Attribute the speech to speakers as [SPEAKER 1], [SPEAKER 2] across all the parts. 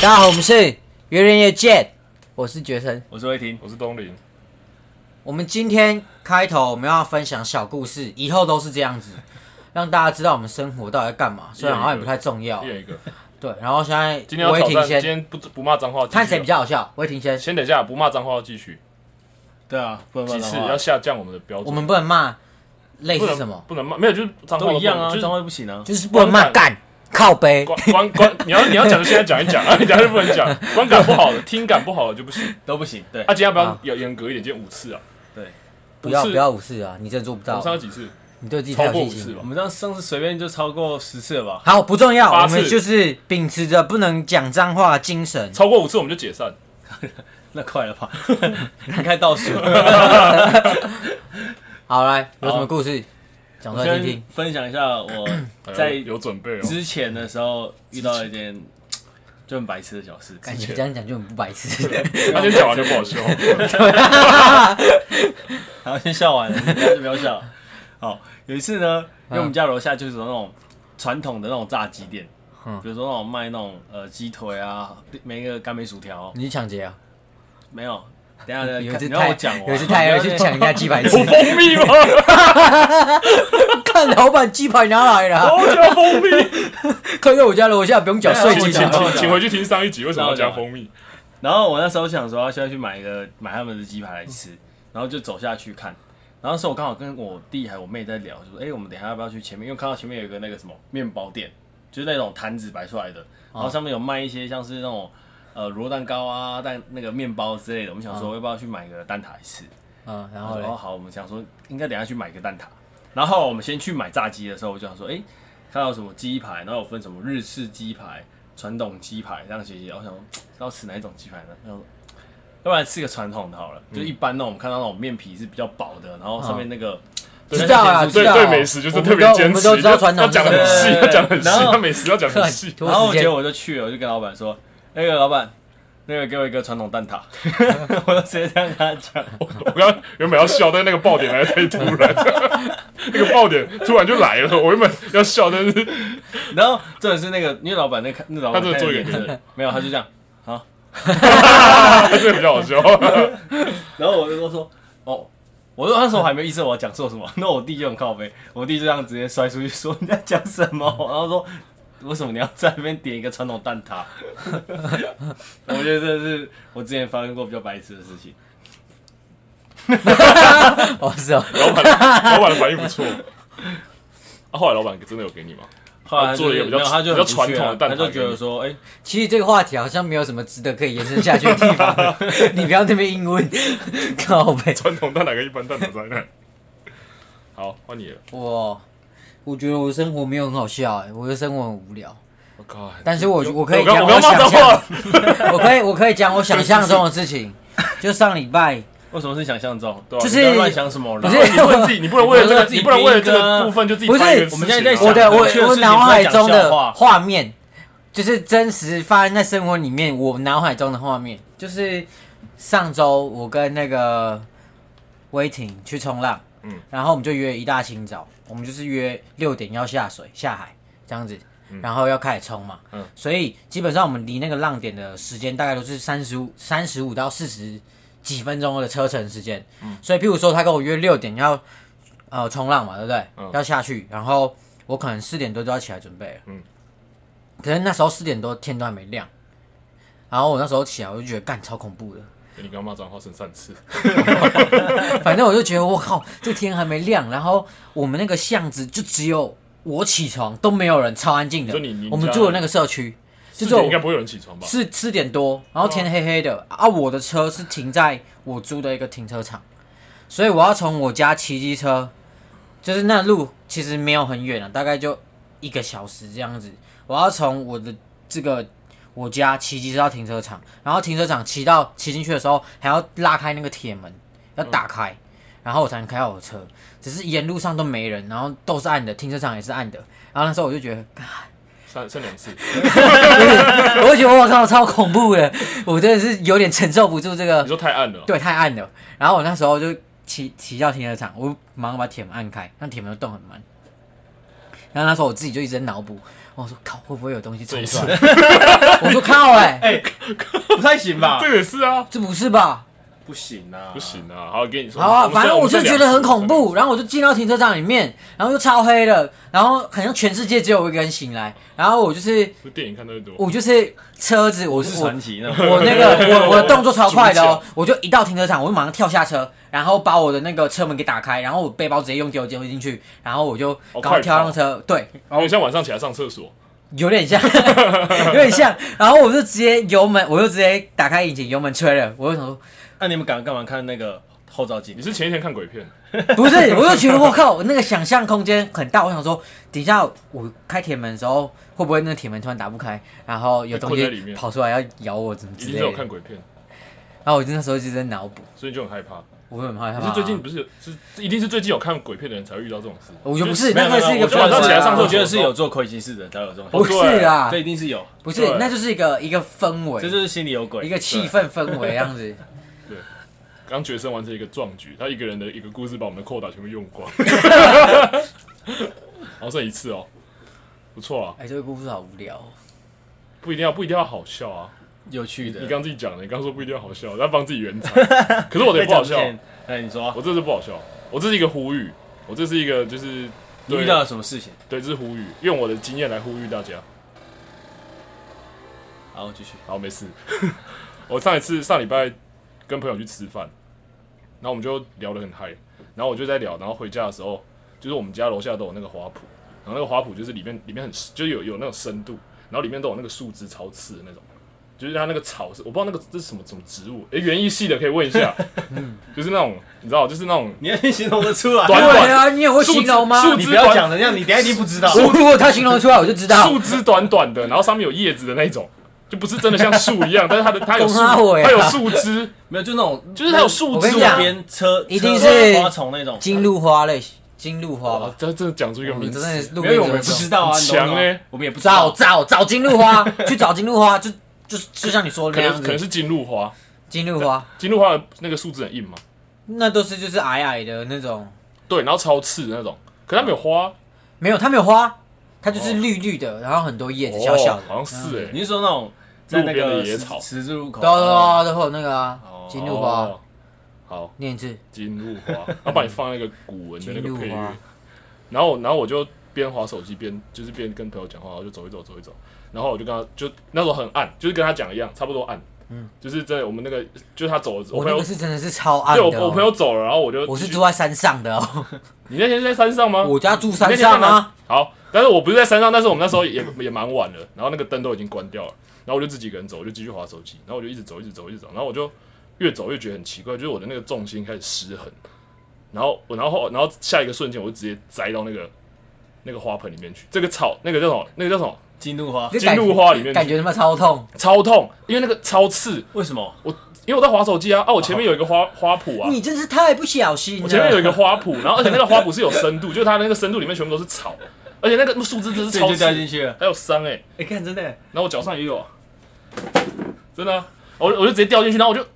[SPEAKER 1] 大家好，我们是愚人夜见，我是觉生。
[SPEAKER 2] 我是魏婷，
[SPEAKER 3] 我是东林，
[SPEAKER 1] 我们今天开头我们要分享小故事，以后都是这样子，让大家知道我们生活到底在干嘛。虽然好像也不太重要
[SPEAKER 3] 一，人一个。
[SPEAKER 1] 对。然后现在
[SPEAKER 3] 今天要
[SPEAKER 1] 我
[SPEAKER 3] 挑
[SPEAKER 1] 也
[SPEAKER 3] 战，
[SPEAKER 1] 停
[SPEAKER 3] 今
[SPEAKER 1] 先，
[SPEAKER 3] 天不不骂脏话，继续啊
[SPEAKER 1] 看谁比较好笑。我也停先，
[SPEAKER 3] 先等一下，不骂脏话要继续。
[SPEAKER 2] 对啊，不能
[SPEAKER 3] 几
[SPEAKER 2] 骂
[SPEAKER 3] 次
[SPEAKER 2] 脏话
[SPEAKER 3] 要，下降我们的标准？
[SPEAKER 1] 我们不能骂类
[SPEAKER 3] 不
[SPEAKER 1] 似
[SPEAKER 3] 能
[SPEAKER 1] 什么，
[SPEAKER 3] 不能骂，没有就是脏话
[SPEAKER 2] 都一样啊，脏
[SPEAKER 3] 不能就是
[SPEAKER 2] 话不行啊。
[SPEAKER 1] 就是不能骂
[SPEAKER 3] 光
[SPEAKER 1] 干靠背。
[SPEAKER 3] 观观观，你要你要讲就现在讲一讲啊，你 等一下就不能讲，观感 不好的，听感不好的就不行。
[SPEAKER 2] 都不行，对
[SPEAKER 3] 啊，，今天要不
[SPEAKER 1] 好
[SPEAKER 3] 要严严格一点？今天五次啊，
[SPEAKER 2] 对。
[SPEAKER 1] 不要
[SPEAKER 3] 五次
[SPEAKER 1] 不要五次啊！你真的做不
[SPEAKER 3] 我
[SPEAKER 1] 到
[SPEAKER 3] 们，上了几次？
[SPEAKER 1] 你对自己太
[SPEAKER 3] 超
[SPEAKER 1] 有
[SPEAKER 3] 过
[SPEAKER 1] 信
[SPEAKER 3] 五次
[SPEAKER 1] 心。
[SPEAKER 3] 吧
[SPEAKER 2] 我。们这样上次随便就超过十次了吧？
[SPEAKER 1] 好，不重要，
[SPEAKER 3] 八
[SPEAKER 1] 我们
[SPEAKER 3] 次
[SPEAKER 1] 就是秉持着不能讲脏话的精神。
[SPEAKER 3] 超过五次我们就解散。
[SPEAKER 2] 那快了 吧？你开倒 数，
[SPEAKER 1] 好，来，有什么
[SPEAKER 2] 好
[SPEAKER 1] 故事讲出
[SPEAKER 2] 我
[SPEAKER 1] 来听
[SPEAKER 2] 先
[SPEAKER 1] 听？
[SPEAKER 2] 分享一下我
[SPEAKER 3] 哎
[SPEAKER 2] 在
[SPEAKER 3] 呦有准备哦。
[SPEAKER 2] 之前的时候遇到一件就很白痴的小事。
[SPEAKER 1] 感 觉这样讲就很不白痴。
[SPEAKER 3] 他先讲完就不 好笑。
[SPEAKER 2] 然后先笑完了，大家就不要笑。好，有一次呢，因为我们家楼下就是有那种传统的那种炸鸡店
[SPEAKER 1] 嗯，
[SPEAKER 2] 比如说那种卖那种呃鸡腿啊，每个干梅薯条，
[SPEAKER 1] 你去抢劫啊？
[SPEAKER 2] 没有。等一下，
[SPEAKER 3] 呃
[SPEAKER 2] 等 一
[SPEAKER 1] 有一
[SPEAKER 2] 下看
[SPEAKER 1] 次
[SPEAKER 2] 你让
[SPEAKER 1] 太
[SPEAKER 2] 我啊讲
[SPEAKER 3] 啊
[SPEAKER 2] 完。
[SPEAKER 1] 有一次太
[SPEAKER 2] 要
[SPEAKER 1] 爱去抢人家鸡 排吃
[SPEAKER 3] 有，蜂蜜吗？
[SPEAKER 1] 看老板鸡排拿来 了，
[SPEAKER 3] 我加蜂蜜。 啊
[SPEAKER 1] 扣在我家楼下不用缴税
[SPEAKER 2] 对
[SPEAKER 1] 金
[SPEAKER 3] 请
[SPEAKER 2] 讲
[SPEAKER 1] 啊。
[SPEAKER 3] 请请回去听上一集，为什么要加蜂蜜？
[SPEAKER 2] 然后我那时候想说，现在去买一个买他们的鸡排来吃，然后就走下去看。然后那时候我刚好跟我弟还有我妹在聊，就说：“哎、我们等一下要不要去前面？因为看到前面有一个那个什么面包店，就是那种摊子摆出来
[SPEAKER 1] 哦
[SPEAKER 2] 的，然后上面有卖一些像是那种呃罗蛋糕啊、蛋那个面包之类的。我们想
[SPEAKER 1] 哦
[SPEAKER 2] 说要不要去买个蛋挞来吃？
[SPEAKER 1] 嗯，然
[SPEAKER 2] 然
[SPEAKER 1] 后
[SPEAKER 2] 后
[SPEAKER 1] 嘞
[SPEAKER 2] 说哦，好，我们想说应该等一下去买个蛋挞。然后我们先去买炸鸡的时候，我就想说，哎、看到什么鸡排，然后有分什么日式鸡排、传统鸡排这样写写。我想说要吃哪一种鸡排呢？然后要不然吃个传统的好了，就一般那种我们看到那种面皮是比较薄的，然后上面那个
[SPEAKER 1] 知道啊，
[SPEAKER 3] 对
[SPEAKER 1] 知道啊。
[SPEAKER 3] 对，美食就是特别
[SPEAKER 1] 我
[SPEAKER 3] 坚
[SPEAKER 1] 们
[SPEAKER 3] 持，
[SPEAKER 1] 都我们都知道传
[SPEAKER 3] 要
[SPEAKER 1] 统。
[SPEAKER 3] 讲得很细，
[SPEAKER 2] 对对对
[SPEAKER 3] 要讲得很细，
[SPEAKER 2] 然后
[SPEAKER 3] 他美食要讲得很细
[SPEAKER 1] 拖
[SPEAKER 2] 然后
[SPEAKER 1] 时
[SPEAKER 2] 我结
[SPEAKER 1] 间
[SPEAKER 2] 果我就去了，我就跟老板说：“那个老板，那个给我一个传统蛋挞。” 我就直接这样跟他讲。
[SPEAKER 3] 我刚原本要笑，但是那个爆点来得太突然， 那个爆点突然就来了。我原本要笑，但是
[SPEAKER 2] 然后这也是那个，因为老板那看那老板
[SPEAKER 3] 他真的做一个
[SPEAKER 2] 看着脸色没有，他就这样好。
[SPEAKER 3] 这个比较 好笑。
[SPEAKER 2] 然后我就说，哦，我说那时候还没意识到我要讲错什么， 那我弟就很靠背，我弟就这样直接摔出去说你在讲什么，
[SPEAKER 3] 嗯
[SPEAKER 2] 然后说为什么你要在那边点一个传统蛋挞？ 我觉得这是我之前发生过比较白痴的事情。
[SPEAKER 1] 哦是哦，
[SPEAKER 3] 老板老板的反应不错。啊，后来老板真的有给你吗？
[SPEAKER 2] 后来他就
[SPEAKER 3] 哦做了一个比较
[SPEAKER 2] 没有他就很
[SPEAKER 3] 比较传统的
[SPEAKER 2] 不屑啊
[SPEAKER 3] 蛋挞
[SPEAKER 2] 他就觉得说，哎、
[SPEAKER 1] 其实这个话题好像没有什么值得可以延伸下去的地方 了。你不要那边英文，靠背。
[SPEAKER 3] 传统蛋挞跟一般蛋挞在哪？好，换你了。
[SPEAKER 1] 我我觉得我的生活没有很好笑，哎，我的生活很无聊。
[SPEAKER 3] 我靠！
[SPEAKER 1] 但是我我可以
[SPEAKER 3] Oh
[SPEAKER 1] 讲
[SPEAKER 3] 我刚我刚
[SPEAKER 1] 我
[SPEAKER 3] 骂
[SPEAKER 1] 想
[SPEAKER 3] 脏话
[SPEAKER 1] 象，， 我可以我可以讲我想象中的事情。就上礼拜，
[SPEAKER 2] 为什么是想象中？
[SPEAKER 3] 对啊
[SPEAKER 1] 就是
[SPEAKER 2] 你不要乱想什么
[SPEAKER 1] 不
[SPEAKER 2] 了
[SPEAKER 1] 是。
[SPEAKER 3] 你不能自己，你不能为了这个，你不能为了这个部分就自己拍一个
[SPEAKER 1] 不是
[SPEAKER 2] 我
[SPEAKER 3] 事情啊。
[SPEAKER 2] 们现在在
[SPEAKER 1] 我
[SPEAKER 2] 想
[SPEAKER 1] 的我
[SPEAKER 2] 确实
[SPEAKER 1] 我
[SPEAKER 2] 是
[SPEAKER 1] 脑
[SPEAKER 2] 你不
[SPEAKER 1] 海
[SPEAKER 2] 会讲
[SPEAKER 1] 中的
[SPEAKER 2] 笑话
[SPEAKER 1] 画面，就是真实发生在生活里面，我脑海中的画面，就是上周我跟那个威霆去冲浪，嗯
[SPEAKER 3] 嗯，
[SPEAKER 1] 然后我们就约一大清早，我们就是约六点要下水下海这样子，然后要开始冲嘛，嗯
[SPEAKER 3] 嗯，
[SPEAKER 1] 所以基本上我们离那个浪点的时间大概都是三十五三十五到四十几分钟的车程时间，
[SPEAKER 3] 嗯
[SPEAKER 1] 所以譬如说他跟我约六点要呃冲浪嘛，对不对？
[SPEAKER 3] 嗯
[SPEAKER 1] 要下去，然后我可能四点多就要起来准备了。嗯
[SPEAKER 3] 嗯，
[SPEAKER 1] 可是那时候四点多天都还没亮，然后我那时候起来我就觉得干超恐怖的，
[SPEAKER 3] 你刚骂脏话剩三次，
[SPEAKER 1] 反正我就觉得我靠这天还没亮，然后我们那个巷子就只有我起床都没有人，超安静的。
[SPEAKER 3] 你说你你
[SPEAKER 1] 我们
[SPEAKER 3] 家
[SPEAKER 1] 住的那个社区就只
[SPEAKER 3] 这
[SPEAKER 1] 有
[SPEAKER 3] 应该不会有人起床吧？
[SPEAKER 1] 是四点多，然后天黑黑的、啊，我的车是停在我租的一个停车场，所以我要从我家骑机车，就是那路其实没有很远啊，大概就一个小时这样子。我要从我的这个我家骑机车到停车场，然后停车场骑到骑进去的时候，还要拉开那个铁门，要打开，然后我才能开到我的车。只是沿路上都没人，然后都是暗的，停车场也是暗的。然后那时候我就觉得，
[SPEAKER 3] 三剩两次，
[SPEAKER 1] 我觉得我靠超恐怖的，我真的是有点承受不住这
[SPEAKER 3] 你
[SPEAKER 1] 个，
[SPEAKER 3] 说太暗了，
[SPEAKER 1] 对，太暗了。然后我那时候就骑骑到停车场，我马上把铁门按开，那铁门就动很慢。然后那时候我自己就一直在脑补，我说靠，会不会有东西冲出
[SPEAKER 3] 这
[SPEAKER 1] 来？我说靠、哎、
[SPEAKER 2] 哎、 不太行 吧？
[SPEAKER 3] 这个 也是啊，
[SPEAKER 1] 这不是吧？
[SPEAKER 2] 不行啊，
[SPEAKER 3] 不。行啊。好，跟你说，
[SPEAKER 1] 好啊，
[SPEAKER 3] 们
[SPEAKER 1] 反正我就
[SPEAKER 3] 们
[SPEAKER 1] 觉得很恐
[SPEAKER 3] 两次
[SPEAKER 1] 怖，然后我就进到停车场里面，然后又超黑的，然后好像全世界只有我一个人醒来，然后我就是
[SPEAKER 3] 这电影看的多，
[SPEAKER 1] 我就是车子，我
[SPEAKER 2] 不是
[SPEAKER 1] 我
[SPEAKER 2] 传奇那 种，
[SPEAKER 1] 我那个我我的动作超快的
[SPEAKER 3] 主
[SPEAKER 1] 哦，我就一到停车场，我就马上跳下车，然后把我的那个车门给打开，然后我背包直接用丢丢进去，然后我就
[SPEAKER 3] 哦
[SPEAKER 1] 赶快
[SPEAKER 3] 快
[SPEAKER 1] 跳上
[SPEAKER 3] 跑
[SPEAKER 1] 车， 对，
[SPEAKER 3] 有点像晚上起来上厕所，
[SPEAKER 1] 有点 像，有点像，然后我就直接油门，我就直接打开引擎，油门吹了，我就想说，
[SPEAKER 2] 那、你们敢干嘛看那个后照镜
[SPEAKER 3] 你？是前一天看鬼片，
[SPEAKER 1] 不是， 我就觉得我靠，我那个想象空间很大，我想说，等一下我开铁门的时候，会不会那个铁门突然打不开，然后有东
[SPEAKER 3] 困在里
[SPEAKER 1] 西
[SPEAKER 3] 面
[SPEAKER 1] 跑出来要咬我，怎么
[SPEAKER 3] 一
[SPEAKER 1] 之
[SPEAKER 3] 定
[SPEAKER 1] 类
[SPEAKER 3] 是有
[SPEAKER 1] 的
[SPEAKER 3] 看，鬼片，
[SPEAKER 1] 然后我就那时候一直在脑补，
[SPEAKER 3] 所以你就很害怕。
[SPEAKER 1] 我很害怕
[SPEAKER 3] 可
[SPEAKER 1] 啊。
[SPEAKER 3] 是最近不是有是是一定是最近有看鬼片的人才会遇到这种事，
[SPEAKER 1] 我就不，
[SPEAKER 3] 就是
[SPEAKER 2] 没有
[SPEAKER 1] 那个
[SPEAKER 2] 没有
[SPEAKER 1] 是一
[SPEAKER 2] 没
[SPEAKER 1] 个
[SPEAKER 2] 有我觉得
[SPEAKER 3] 我
[SPEAKER 2] 是
[SPEAKER 3] 起来上厕所
[SPEAKER 2] 我觉得是有做亏心事的才有这种，
[SPEAKER 1] 不
[SPEAKER 3] 哦对
[SPEAKER 1] 是啊
[SPEAKER 2] 这，一定是有，
[SPEAKER 1] 不是
[SPEAKER 3] 对，
[SPEAKER 1] 那就是一个一个氛
[SPEAKER 2] 这
[SPEAKER 1] 围，
[SPEAKER 2] 就是心里有
[SPEAKER 1] 一
[SPEAKER 2] 鬼。
[SPEAKER 1] 个气氛氛围这样子。
[SPEAKER 3] 刚决胜完成一个壮举，他一个人的一个故事把我们的扣打全部用 光，然后剩一次哦，不错啊，
[SPEAKER 1] 哎，这个故事好无聊哦，
[SPEAKER 3] 不一定要不一定要好笑啊，
[SPEAKER 2] 有趣的。
[SPEAKER 3] 你刚自己讲的，你刚说不一定要好笑，要帮自己 圆场，可是我的也不
[SPEAKER 2] 在，讲
[SPEAKER 3] 好笑
[SPEAKER 2] 之前。哎，你说
[SPEAKER 3] 我这是不好笑，我这是一个呼吁，我这是一个就是
[SPEAKER 2] 你
[SPEAKER 3] 对
[SPEAKER 2] 遇到了什么事情？
[SPEAKER 3] 对，这是呼吁，用我的经验来呼吁大家。
[SPEAKER 2] 好，我继续。
[SPEAKER 3] 好，没事。 我上一次上礼拜跟朋友去吃饭，然后我们就聊得很嗨，然后我就在聊，然后回家的时候，就是我们家楼下都有那个花圃，然后那个花圃就是里面里面很就是有有那种深度，然后里面都有那个树枝超刺的那种，就是它那个草是我不知道那个这是什么什么植物，诶，园艺系的可以问一 下，就是那种你知道，就是那种
[SPEAKER 2] 你要形容得出来，
[SPEAKER 3] 短
[SPEAKER 1] 对啊，你也会形容吗？
[SPEAKER 3] 数字
[SPEAKER 2] 你不要讲的那样，你等一下一定不 知道。
[SPEAKER 1] 我如果他形容出来，我就知道
[SPEAKER 3] 树。枝短短的，然后上面有叶子的那种，就不是真的像树一样，但是它的它 有树，
[SPEAKER 1] 公阿伟啊
[SPEAKER 3] 它有树枝，
[SPEAKER 2] 没有，就那种，
[SPEAKER 3] 就是它有树
[SPEAKER 1] 我跟
[SPEAKER 3] 枝
[SPEAKER 1] 你
[SPEAKER 2] 路
[SPEAKER 1] 讲
[SPEAKER 3] 啊。
[SPEAKER 2] 边车，
[SPEAKER 1] 一定
[SPEAKER 2] 车
[SPEAKER 1] 是
[SPEAKER 2] 花丛那种。
[SPEAKER 1] 金露花类，金露花
[SPEAKER 3] 哇
[SPEAKER 1] 吧，，
[SPEAKER 3] 这真的讲出一个
[SPEAKER 1] 我
[SPEAKER 3] 哦名
[SPEAKER 1] 哦们真的
[SPEAKER 3] 字
[SPEAKER 1] 是，路
[SPEAKER 2] 没有，我们
[SPEAKER 1] 边
[SPEAKER 2] 也不知道啊，
[SPEAKER 3] 很
[SPEAKER 2] 你懂
[SPEAKER 3] 强
[SPEAKER 2] 吗
[SPEAKER 3] 欸
[SPEAKER 2] 我们也不知
[SPEAKER 1] 找
[SPEAKER 2] 道。
[SPEAKER 1] 找找金露 花，去找金露花，就就就像你说的
[SPEAKER 3] 可
[SPEAKER 1] 那
[SPEAKER 3] 能
[SPEAKER 1] 样
[SPEAKER 3] 可能
[SPEAKER 1] 子。
[SPEAKER 3] 是金露花，
[SPEAKER 1] 金露花
[SPEAKER 3] 金露花的那个树枝很硬嘛，
[SPEAKER 1] 那都是就是矮矮的那种，
[SPEAKER 3] 对，然后超刺的那种，可它没有花，
[SPEAKER 1] 没有它没有花，它就是绿绿的，然后很多叶子，小小
[SPEAKER 3] 哦
[SPEAKER 1] 的，嗯
[SPEAKER 3] 好像是哎，
[SPEAKER 2] 你是说那种在那
[SPEAKER 3] 路边
[SPEAKER 2] 个
[SPEAKER 3] 的野
[SPEAKER 2] 十
[SPEAKER 3] 草
[SPEAKER 2] 十字路口？
[SPEAKER 1] 都都都会有那个啊
[SPEAKER 2] 哦，
[SPEAKER 1] 金露花
[SPEAKER 3] 哦。好，
[SPEAKER 1] 念一次，
[SPEAKER 3] 金露花，他帮你放那个古文的那
[SPEAKER 1] 金
[SPEAKER 3] 个
[SPEAKER 1] 露
[SPEAKER 3] 配乐
[SPEAKER 1] 花，
[SPEAKER 3] 然后然后我就边划手机边就是边跟朋友讲话，然后就走一走走一走，然后我就跟他就那时候很暗，就是跟他讲一样，差不多暗，嗯，就是在我们那个就是他走了，
[SPEAKER 1] 我
[SPEAKER 3] 朋
[SPEAKER 1] 那
[SPEAKER 3] 友
[SPEAKER 1] 个是真的是超暗
[SPEAKER 3] 对我
[SPEAKER 1] 的
[SPEAKER 3] 我朋
[SPEAKER 1] 哦。
[SPEAKER 3] 友走了，然后 我就
[SPEAKER 1] 我是
[SPEAKER 3] 继续
[SPEAKER 1] 住在山上的哦，
[SPEAKER 3] 你那天是在山上吗？
[SPEAKER 1] 我家住
[SPEAKER 3] 你那
[SPEAKER 1] 山
[SPEAKER 3] 天在
[SPEAKER 1] 上
[SPEAKER 3] 哪
[SPEAKER 1] 啊。。
[SPEAKER 3] 好，但是我不是在山上，但是我们那时候也 也蛮晚了，然后那个灯都已经关掉了，然后我就自己一个人走，我就继续划手机，然后我就一直走，一直走，一直走，然后我就越走越觉得很奇怪，就是我的那个重心开始失衡，然后我然后然后下一个瞬间我就直接栽到那个那个花盆里面去，这个草那个叫什么？那个叫什么？
[SPEAKER 2] 金露花，
[SPEAKER 1] 就
[SPEAKER 3] 金露花里面
[SPEAKER 1] 感
[SPEAKER 3] 去，
[SPEAKER 1] 觉他妈超痛，
[SPEAKER 3] 超痛，因为那个超刺，
[SPEAKER 2] 为什么？
[SPEAKER 3] 因为我在划手机啊，啊，我前面有一个花花圃啊。
[SPEAKER 1] 哦你真是太不小心
[SPEAKER 3] 我前面有
[SPEAKER 1] 了。
[SPEAKER 3] 一个花圃，然后而且那个花圃是有深度，就是它那个深度里面全部都是草，而且那个树枝真是
[SPEAKER 2] 这
[SPEAKER 3] 超
[SPEAKER 2] 就
[SPEAKER 3] 刺
[SPEAKER 2] 掉进去了。
[SPEAKER 3] 还有伤哎、
[SPEAKER 2] 哎，看真的，
[SPEAKER 3] 然后我脚上也有啊，真的啊、我我就直接掉进去，然后我就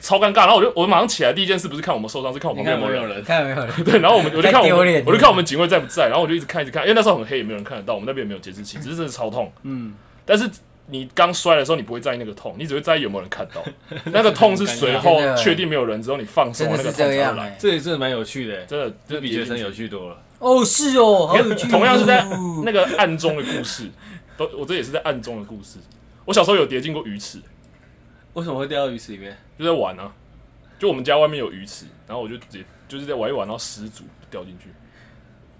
[SPEAKER 3] 超尴尬，然后我就我马上起来，第一件事不是看我们受伤，是看我
[SPEAKER 2] 你
[SPEAKER 3] 旁边
[SPEAKER 2] 看有
[SPEAKER 3] 有没
[SPEAKER 2] 没
[SPEAKER 3] 有
[SPEAKER 2] 有
[SPEAKER 3] 人。
[SPEAKER 2] 人？
[SPEAKER 1] 看到没有？
[SPEAKER 3] 对，然后我们我就看
[SPEAKER 1] 太
[SPEAKER 3] 我
[SPEAKER 1] 丢脸
[SPEAKER 3] 们
[SPEAKER 1] 了
[SPEAKER 3] 我就看我们警卫在不在，然后我就一直看一直看，因为那时候很黑，也没有人看得到，我们那边也没有监视器，只是真的超痛。
[SPEAKER 2] 嗯，
[SPEAKER 3] 但是你刚摔的时候，你不会在意那个痛，你只会在意有没有人看到。那个痛是 随后
[SPEAKER 1] 真的
[SPEAKER 3] 确定没有人之后，你放松
[SPEAKER 1] 真
[SPEAKER 3] 那
[SPEAKER 1] 的
[SPEAKER 3] 个
[SPEAKER 1] 是
[SPEAKER 3] 痛才
[SPEAKER 1] 这
[SPEAKER 3] 会
[SPEAKER 1] 样
[SPEAKER 3] 来。
[SPEAKER 1] 哎、
[SPEAKER 2] 这也真的蛮有趣的，
[SPEAKER 3] 真的，真的
[SPEAKER 2] 比学生有。趣多了。
[SPEAKER 1] 哦，是哦，好有趣。
[SPEAKER 3] 同样是在那个暗中的故事，都我这也是在暗中的故事。我小时候有跌进过鱼池，
[SPEAKER 2] 为什么会掉到鱼池里面？
[SPEAKER 3] 就在玩啊，就我们家外面有鱼池，然后我就直接就是在玩一玩，然后失足掉进去，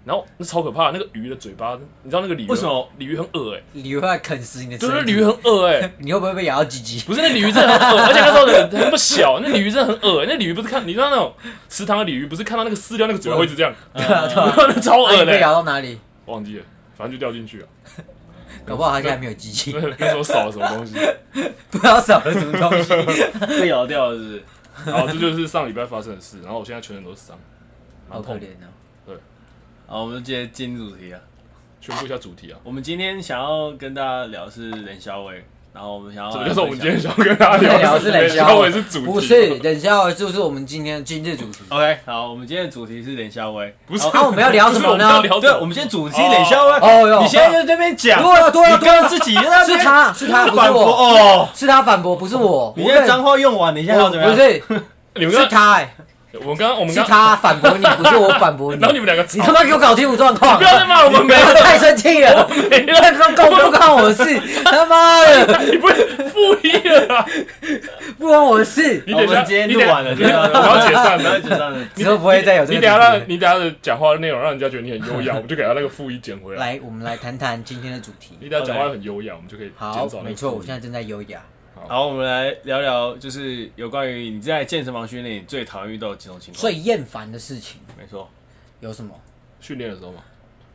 [SPEAKER 3] 然后那超可怕，那个鱼的嘴巴，你知道那个鲤鱼
[SPEAKER 2] 为什么
[SPEAKER 3] 鲤鱼很恶哎、
[SPEAKER 1] 鲤鱼会啃死 你的
[SPEAKER 3] 就
[SPEAKER 1] 身
[SPEAKER 3] 是
[SPEAKER 1] 体，
[SPEAKER 3] 鲤鱼很恶哎、
[SPEAKER 1] 你会不会被咬到鸡鸡？
[SPEAKER 3] 不是那鲤鱼真的很恶，而且那时候人很不小，那鲤鱼真的很恶、那鲤鱼不是看你知道那种池塘的鲤鱼，不是看到那个饲料那个嘴巴会一直这样，
[SPEAKER 2] 嗯
[SPEAKER 1] 对啊，对 啊。
[SPEAKER 3] 那超
[SPEAKER 1] 那
[SPEAKER 3] 恶
[SPEAKER 1] 你
[SPEAKER 3] 的、欸
[SPEAKER 1] 被咬到哪里？
[SPEAKER 3] 忘记了，反正就掉进去了，
[SPEAKER 1] 搞不好他现在没有鸡鸡
[SPEAKER 3] 那，那时候少了什么东西。
[SPEAKER 1] 不知道少了什么东 西。
[SPEAKER 2] 被咬掉了是不是？
[SPEAKER 3] 然后这就是上礼拜发生的事，然后我现在全身都是伤，
[SPEAKER 1] 好
[SPEAKER 3] 蛮
[SPEAKER 1] 可
[SPEAKER 3] 痛的。
[SPEAKER 1] 怜哦。
[SPEAKER 2] 好，我们就直接进入主题啊。
[SPEAKER 1] 哦
[SPEAKER 3] 宣布一下主题啊，
[SPEAKER 2] 我们今天想要跟大家聊的是冷小伟然后我们想要
[SPEAKER 3] 这
[SPEAKER 2] 来
[SPEAKER 3] 就是我们
[SPEAKER 2] 分
[SPEAKER 3] 今
[SPEAKER 2] 享
[SPEAKER 3] 天想要跟大家
[SPEAKER 1] 在
[SPEAKER 3] 聊
[SPEAKER 1] 聊
[SPEAKER 3] 的
[SPEAKER 1] 的是冷
[SPEAKER 3] 肖
[SPEAKER 1] 笑
[SPEAKER 3] 伟
[SPEAKER 1] 话，
[SPEAKER 3] 是主题，
[SPEAKER 1] 不是冷笑话，就是我们今天今日主 题。
[SPEAKER 2] OK，好，我们今天的主题是冷笑威，
[SPEAKER 3] 不是？
[SPEAKER 2] 然
[SPEAKER 1] 那哦啊我们要聊什么呢
[SPEAKER 3] 不是我们要聊
[SPEAKER 2] 对，
[SPEAKER 3] 什
[SPEAKER 2] 我
[SPEAKER 3] 么
[SPEAKER 2] 们今天主题是冷笑威。
[SPEAKER 1] 哦哟
[SPEAKER 2] 你现在就在那边讲，
[SPEAKER 1] 对啊对啊
[SPEAKER 2] 你刚刚自己在那边
[SPEAKER 1] 是他是他不是
[SPEAKER 2] 反驳
[SPEAKER 1] 我
[SPEAKER 2] 哦。
[SPEAKER 1] 是他反驳，不是我。
[SPEAKER 2] 你现在脏话用完，你现在要
[SPEAKER 1] 我
[SPEAKER 2] 怎么样？
[SPEAKER 1] 不是
[SPEAKER 3] 你们
[SPEAKER 1] 是
[SPEAKER 3] 刚刚，
[SPEAKER 1] 他哎，
[SPEAKER 3] 我们刚刚，我们
[SPEAKER 1] 是
[SPEAKER 3] 刚，
[SPEAKER 1] 他反驳 你，不是我反驳你
[SPEAKER 3] 然后。你们两个
[SPEAKER 1] 你
[SPEAKER 3] 吵
[SPEAKER 1] 他，妈给我搞清楚状况！
[SPEAKER 3] 不要再骂我们没有
[SPEAKER 1] 我太生气了，
[SPEAKER 3] 没了
[SPEAKER 1] 乱说告不关我的 事，他妈的
[SPEAKER 3] 你不是负一了啊？
[SPEAKER 1] 不关哦我的事，
[SPEAKER 3] 你
[SPEAKER 2] 好
[SPEAKER 3] 等一
[SPEAKER 2] 我
[SPEAKER 3] 下，
[SPEAKER 2] 们今天
[SPEAKER 3] 你
[SPEAKER 2] 录
[SPEAKER 3] 等一下
[SPEAKER 2] 完了，真
[SPEAKER 1] 啊
[SPEAKER 2] 的
[SPEAKER 3] 我要解散
[SPEAKER 2] 不要
[SPEAKER 3] 了
[SPEAKER 2] 解。散了。
[SPEAKER 1] 之后不会再有这
[SPEAKER 3] 你
[SPEAKER 1] 个
[SPEAKER 3] 等一下
[SPEAKER 1] 主题
[SPEAKER 3] 让你等一下的讲话的内容让人家觉得你很 优雅，我们就给他那个负一捡回
[SPEAKER 1] 了。
[SPEAKER 3] 来。
[SPEAKER 1] 来，我们来谈谈今天的主题。
[SPEAKER 3] 你等一下讲话很优雅，我们就可以
[SPEAKER 1] 好
[SPEAKER 3] 减少那，个
[SPEAKER 1] 没错，
[SPEAKER 3] 负一
[SPEAKER 1] 我现在正在优雅。
[SPEAKER 2] 好，我们来聊聊，就是有关于你在健身房训练，你最讨厌遇到几种情况？
[SPEAKER 1] 最厌烦的事情
[SPEAKER 2] 没错，
[SPEAKER 1] 有什么？
[SPEAKER 3] 训练的时候嘛，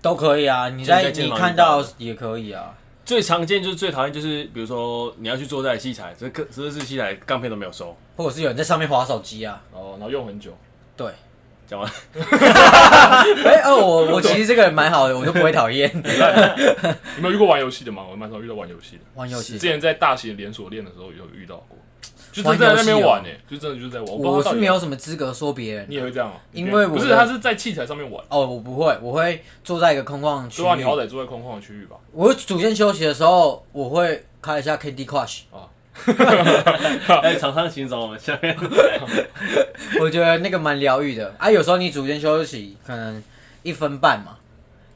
[SPEAKER 1] 都可以啊，你
[SPEAKER 2] 就
[SPEAKER 1] 在
[SPEAKER 2] 是在健
[SPEAKER 1] 你
[SPEAKER 2] 康
[SPEAKER 1] 看
[SPEAKER 2] 运动
[SPEAKER 1] 到也可以啊。
[SPEAKER 2] 最常见就是最讨厌就是，比如说你要去做这台器材，这个这是器材钢片都没有收，
[SPEAKER 1] 或者是有人在上面划手机啊。
[SPEAKER 3] 哦，然后用很久，
[SPEAKER 1] 对，
[SPEAKER 2] 讲完了。
[SPEAKER 1] 哎、哦，我我其实这个人蛮好的，我就不会讨厌
[SPEAKER 3] 你没有遇过玩游戏的吗？我蛮少遇到玩游戏的。
[SPEAKER 1] 玩游
[SPEAKER 3] 之
[SPEAKER 1] 戏。
[SPEAKER 3] 前在大型连锁店的时候有遇到过，就
[SPEAKER 1] 玩
[SPEAKER 3] 是在
[SPEAKER 1] 游
[SPEAKER 3] 那
[SPEAKER 1] 戏
[SPEAKER 3] 边
[SPEAKER 1] 哦
[SPEAKER 3] 玩诶、就真的就是在玩。
[SPEAKER 1] 我
[SPEAKER 3] 我
[SPEAKER 1] 是
[SPEAKER 3] 是
[SPEAKER 1] 没有，什么资格说别人
[SPEAKER 3] 你也会这样哦、
[SPEAKER 1] 因
[SPEAKER 3] 你
[SPEAKER 1] 为
[SPEAKER 3] 不
[SPEAKER 1] 我
[SPEAKER 3] 是
[SPEAKER 1] 的
[SPEAKER 3] 他是在器材上面玩，
[SPEAKER 1] 哦，我不会，我会坐在一个空旷的区
[SPEAKER 3] 对啊，你好
[SPEAKER 1] 域。
[SPEAKER 3] 歹坐在空旷的区域吧。
[SPEAKER 1] 我主线休息的时候，我会开一下 Candy Crush，
[SPEAKER 2] 哎，厂商请找我们下面。
[SPEAKER 1] 我觉得那个蛮疗愈的。啊，有时候你主线休息可能一分半嘛，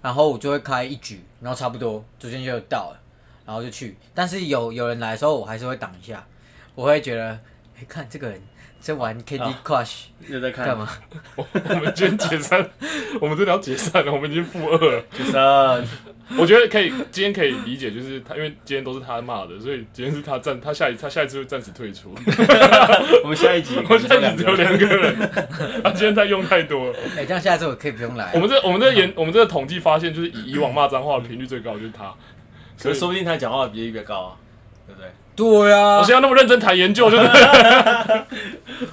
[SPEAKER 1] 然后我就会开一局，然后差不多主线就到了，然后就去。但是有有人来的时候，我还是会挡一下，我会觉得，哎，看这个人在玩 Candy
[SPEAKER 3] 啊
[SPEAKER 1] Crush
[SPEAKER 2] 又在看
[SPEAKER 1] 干嘛？？
[SPEAKER 3] 我们今天解散，我们真的要解散了，我们已经负二了。
[SPEAKER 2] 解散。
[SPEAKER 3] 我觉得可以，今天可以理解，就是他，因为今天都是他骂的，所以今天是他暂，他下一他下一次会暂时退出。
[SPEAKER 2] 我们下一 集，
[SPEAKER 3] 我下一次只有两个人，他今天他用太多了。
[SPEAKER 1] 哎，这样下次我可以不用来
[SPEAKER 3] 嗯
[SPEAKER 1] 啊
[SPEAKER 3] 我。们这我们这研我们这个统计发现，就是以以往骂脏话的频率最高就是他。
[SPEAKER 2] 可是说不定他讲话比例比较高啊，对不对？
[SPEAKER 1] 对啊呀
[SPEAKER 3] 我现在那么认真谈研究，就是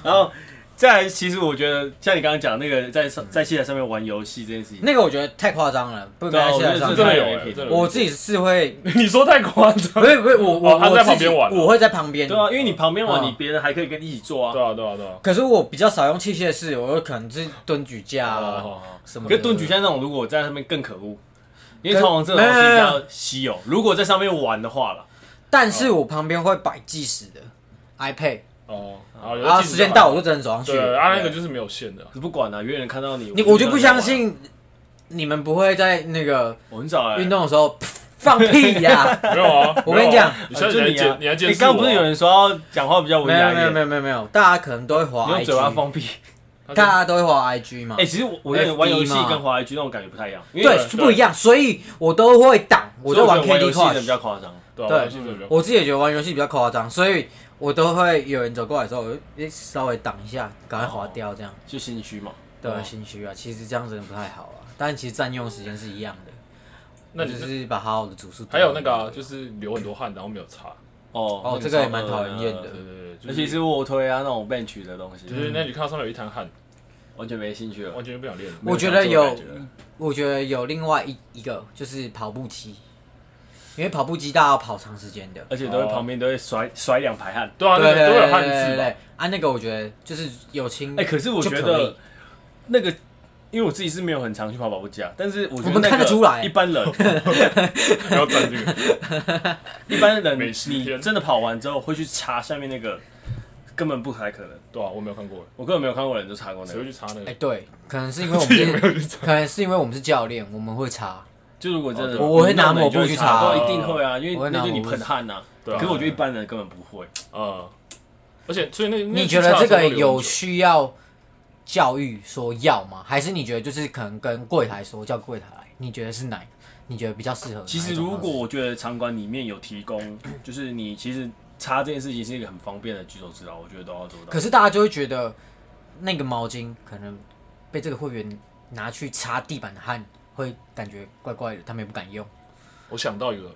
[SPEAKER 2] 然后再来，其实我觉得像你刚刚讲那个在在器材上面玩游戏这件事情，
[SPEAKER 1] 那个我觉得太夸张了，不应
[SPEAKER 2] 对啊
[SPEAKER 1] 该
[SPEAKER 2] 我
[SPEAKER 1] 现
[SPEAKER 2] 觉
[SPEAKER 1] 在
[SPEAKER 2] 得
[SPEAKER 1] 上
[SPEAKER 2] 是
[SPEAKER 3] 真的有
[SPEAKER 2] 太
[SPEAKER 3] 欸
[SPEAKER 2] 没品
[SPEAKER 3] 真的
[SPEAKER 2] 了
[SPEAKER 3] 有
[SPEAKER 1] 我自己是会
[SPEAKER 3] 你说太夸张
[SPEAKER 1] 不。是不是我我、
[SPEAKER 3] 哦他在
[SPEAKER 1] 我自己
[SPEAKER 3] 旁边玩啊
[SPEAKER 1] 我会在旁边。
[SPEAKER 2] 对啊，因为你旁边玩，
[SPEAKER 1] 嗯
[SPEAKER 2] 你别人还可以跟你一起做啊
[SPEAKER 3] 对。啊，对啊，对啊。
[SPEAKER 1] 可是我比较少用器械式，我有可能是蹲举架啊、
[SPEAKER 3] 哦哦
[SPEAKER 1] 什么
[SPEAKER 2] 可
[SPEAKER 1] 的。
[SPEAKER 2] 是蹲举架那种，如果在上面更可恶，因为
[SPEAKER 1] 跟
[SPEAKER 2] 通常这种东西
[SPEAKER 1] 没有
[SPEAKER 2] 比
[SPEAKER 1] 没有没
[SPEAKER 2] 较稀有。如果在上面玩的话了，
[SPEAKER 1] 但是我旁边会摆计时的 iPad，
[SPEAKER 3] 哦，好有的
[SPEAKER 1] 然后
[SPEAKER 3] 记者
[SPEAKER 1] 啊时间
[SPEAKER 3] 嘛
[SPEAKER 1] 到我就只能走上去
[SPEAKER 3] 对。啊，那个就是没有线的。
[SPEAKER 2] 可不管啊，远远看到你，
[SPEAKER 1] 你我就不相。信你们不会在那个
[SPEAKER 2] 我很少哎，
[SPEAKER 1] 运动的时候 放屁 呀、
[SPEAKER 3] 没有啊，
[SPEAKER 1] 我跟你
[SPEAKER 3] 没有啊
[SPEAKER 1] 讲
[SPEAKER 3] 你现在
[SPEAKER 2] 就
[SPEAKER 3] 来
[SPEAKER 2] 你啊
[SPEAKER 3] 监，，你来监
[SPEAKER 2] 你
[SPEAKER 3] 视
[SPEAKER 2] 刚
[SPEAKER 3] 我
[SPEAKER 2] 刚不是有
[SPEAKER 3] 啊，
[SPEAKER 2] 人说要讲话比较文
[SPEAKER 1] 没
[SPEAKER 2] 雅
[SPEAKER 1] 有
[SPEAKER 2] 一
[SPEAKER 1] 没有
[SPEAKER 2] 点，
[SPEAKER 1] 没有没有没有，大家可能都会
[SPEAKER 2] 你
[SPEAKER 1] 滑
[SPEAKER 2] 用嘴巴
[SPEAKER 1] IG，
[SPEAKER 2] 放屁。
[SPEAKER 3] 他
[SPEAKER 1] 大
[SPEAKER 3] 是
[SPEAKER 1] 家都会滑 IG 嘛
[SPEAKER 2] 哎，。其实我我跟你
[SPEAKER 1] FB
[SPEAKER 2] 玩游戏
[SPEAKER 1] 嗯嘛
[SPEAKER 2] 跟滑 IG 那种感觉不太一样，因为
[SPEAKER 1] 对，是不一样，所以我都会挡，我
[SPEAKER 2] 所
[SPEAKER 1] 都
[SPEAKER 2] 以我
[SPEAKER 1] 玩
[SPEAKER 2] 觉得玩
[SPEAKER 1] KD
[SPEAKER 2] 游戏的比
[SPEAKER 1] Crush。
[SPEAKER 2] 较夸张。
[SPEAKER 3] 对啊，
[SPEAKER 1] 对
[SPEAKER 3] 我记者比较
[SPEAKER 1] 我自己也觉得玩游戏比较夸张，所以我都会有人走过来的时候，我就诶稍微挡一下，赶快划掉这样。
[SPEAKER 3] 哦
[SPEAKER 2] 就心虚嘛。
[SPEAKER 1] 对啊，心虚啊，其实这样真的不太好啊。但其实占用的时间是一样的，
[SPEAKER 3] 那你
[SPEAKER 1] 就是是把好好的主数。
[SPEAKER 3] 还有那个啊就是流很多汗，然后没有擦。
[SPEAKER 2] 哦
[SPEAKER 1] 哦这个也蛮讨人厌的
[SPEAKER 3] 对对对，
[SPEAKER 2] 尤
[SPEAKER 3] 就
[SPEAKER 2] 其呃是卧推啊那种 bench 的东西，
[SPEAKER 1] 嗯
[SPEAKER 3] 就是那你看到上面有一滩汗，
[SPEAKER 2] 完全没兴趣了。
[SPEAKER 3] 完全就不想练了。
[SPEAKER 1] 我觉得有
[SPEAKER 2] 没有想做的感觉，
[SPEAKER 1] 我觉得有另外一一个就是跑步机，因为跑步机大家要跑长时间的。
[SPEAKER 2] 而且都会旁边都会甩甩两排汗。
[SPEAKER 3] 对啊，
[SPEAKER 1] 对
[SPEAKER 3] 那
[SPEAKER 1] 对
[SPEAKER 3] 个都会有
[SPEAKER 1] 对
[SPEAKER 3] 汗
[SPEAKER 1] 对对
[SPEAKER 3] 渍吧
[SPEAKER 1] 对。啊，那个我觉得就是有轻
[SPEAKER 2] 哎、可是我
[SPEAKER 1] 嗯就
[SPEAKER 2] 觉
[SPEAKER 1] 可
[SPEAKER 2] 得
[SPEAKER 1] 以
[SPEAKER 2] 那个，因为我自己是没有很常去跑跑步机啊，但是我觉得
[SPEAKER 1] 我们
[SPEAKER 2] 那个
[SPEAKER 1] 看得出来
[SPEAKER 2] 一 般人
[SPEAKER 3] 不要站这个。
[SPEAKER 2] 一般
[SPEAKER 3] 美
[SPEAKER 2] 人
[SPEAKER 3] 食
[SPEAKER 2] 你
[SPEAKER 3] 天
[SPEAKER 2] 真的跑完之后会去擦下面那个，根本不太可能。
[SPEAKER 3] 对啊，我没有看过，
[SPEAKER 2] 我根本没有看过人就擦过那
[SPEAKER 3] 谁会
[SPEAKER 2] 个。
[SPEAKER 3] 去擦那
[SPEAKER 1] 哎
[SPEAKER 3] 个？
[SPEAKER 1] 对，可能 是因为我
[SPEAKER 3] 自
[SPEAKER 1] 们
[SPEAKER 3] 己没
[SPEAKER 1] 是
[SPEAKER 3] 有去擦。
[SPEAKER 1] 可能是因为我们是教练，我们会查。
[SPEAKER 2] 就如果真的，
[SPEAKER 3] 哦
[SPEAKER 1] 我会拿抹布
[SPEAKER 2] 你弄了你就
[SPEAKER 1] 去
[SPEAKER 2] 擦，
[SPEAKER 1] 擦
[SPEAKER 2] 对一定会啊，因
[SPEAKER 1] 我
[SPEAKER 2] 为
[SPEAKER 1] 会
[SPEAKER 2] 那
[SPEAKER 1] 拿
[SPEAKER 2] 就是你
[SPEAKER 1] 抹布
[SPEAKER 2] 喷汗呐、
[SPEAKER 3] 对啊
[SPEAKER 2] 可是我觉得一般人根本不会。
[SPEAKER 3] 嗯，而且所以那
[SPEAKER 1] 你觉得这个有需要教育说要吗？还是你觉得就是可能跟柜台说叫柜台来？你觉得是哪一？你觉得比较适合哪一种方式？
[SPEAKER 2] 其实如果我觉得场馆里面有提供，就是你其实擦这件事情是一个很方便的举手之劳，我觉得都要做到。
[SPEAKER 1] 可是大家就会觉得那个毛巾可能被这个会员拿去擦地板的汗，会感觉怪怪的，他们也不敢用。
[SPEAKER 3] 我想到一个，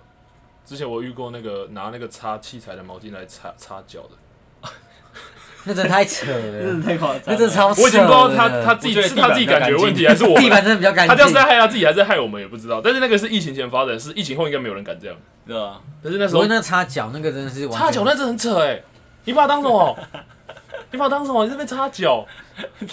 [SPEAKER 3] 之前我遇过那个拿那个擦器材的毛巾来擦擦脚的，
[SPEAKER 1] 哦那真的太 扯了，
[SPEAKER 2] 太夸张
[SPEAKER 1] 那真的超扯的
[SPEAKER 3] 欸我已经不知道他
[SPEAKER 1] 啊
[SPEAKER 3] 他自己
[SPEAKER 2] 我觉得
[SPEAKER 3] 是
[SPEAKER 2] 地板
[SPEAKER 3] 他自己
[SPEAKER 2] 比较
[SPEAKER 3] 感觉问题，
[SPEAKER 2] 干
[SPEAKER 3] 还是我们
[SPEAKER 1] 地板真的比较干
[SPEAKER 3] 他这样是在
[SPEAKER 1] 净。
[SPEAKER 3] 害他自己，还是害我们也不知道。但是那个是疫情前发生的事，是疫情后应该没有人敢这样。
[SPEAKER 2] 对啊，
[SPEAKER 3] 但是那时
[SPEAKER 1] 不
[SPEAKER 3] 候
[SPEAKER 1] 过那擦脚那个真的是完全
[SPEAKER 3] 擦脚那是很扯哎、你把它当什么？你把它当什么？你这边擦脚，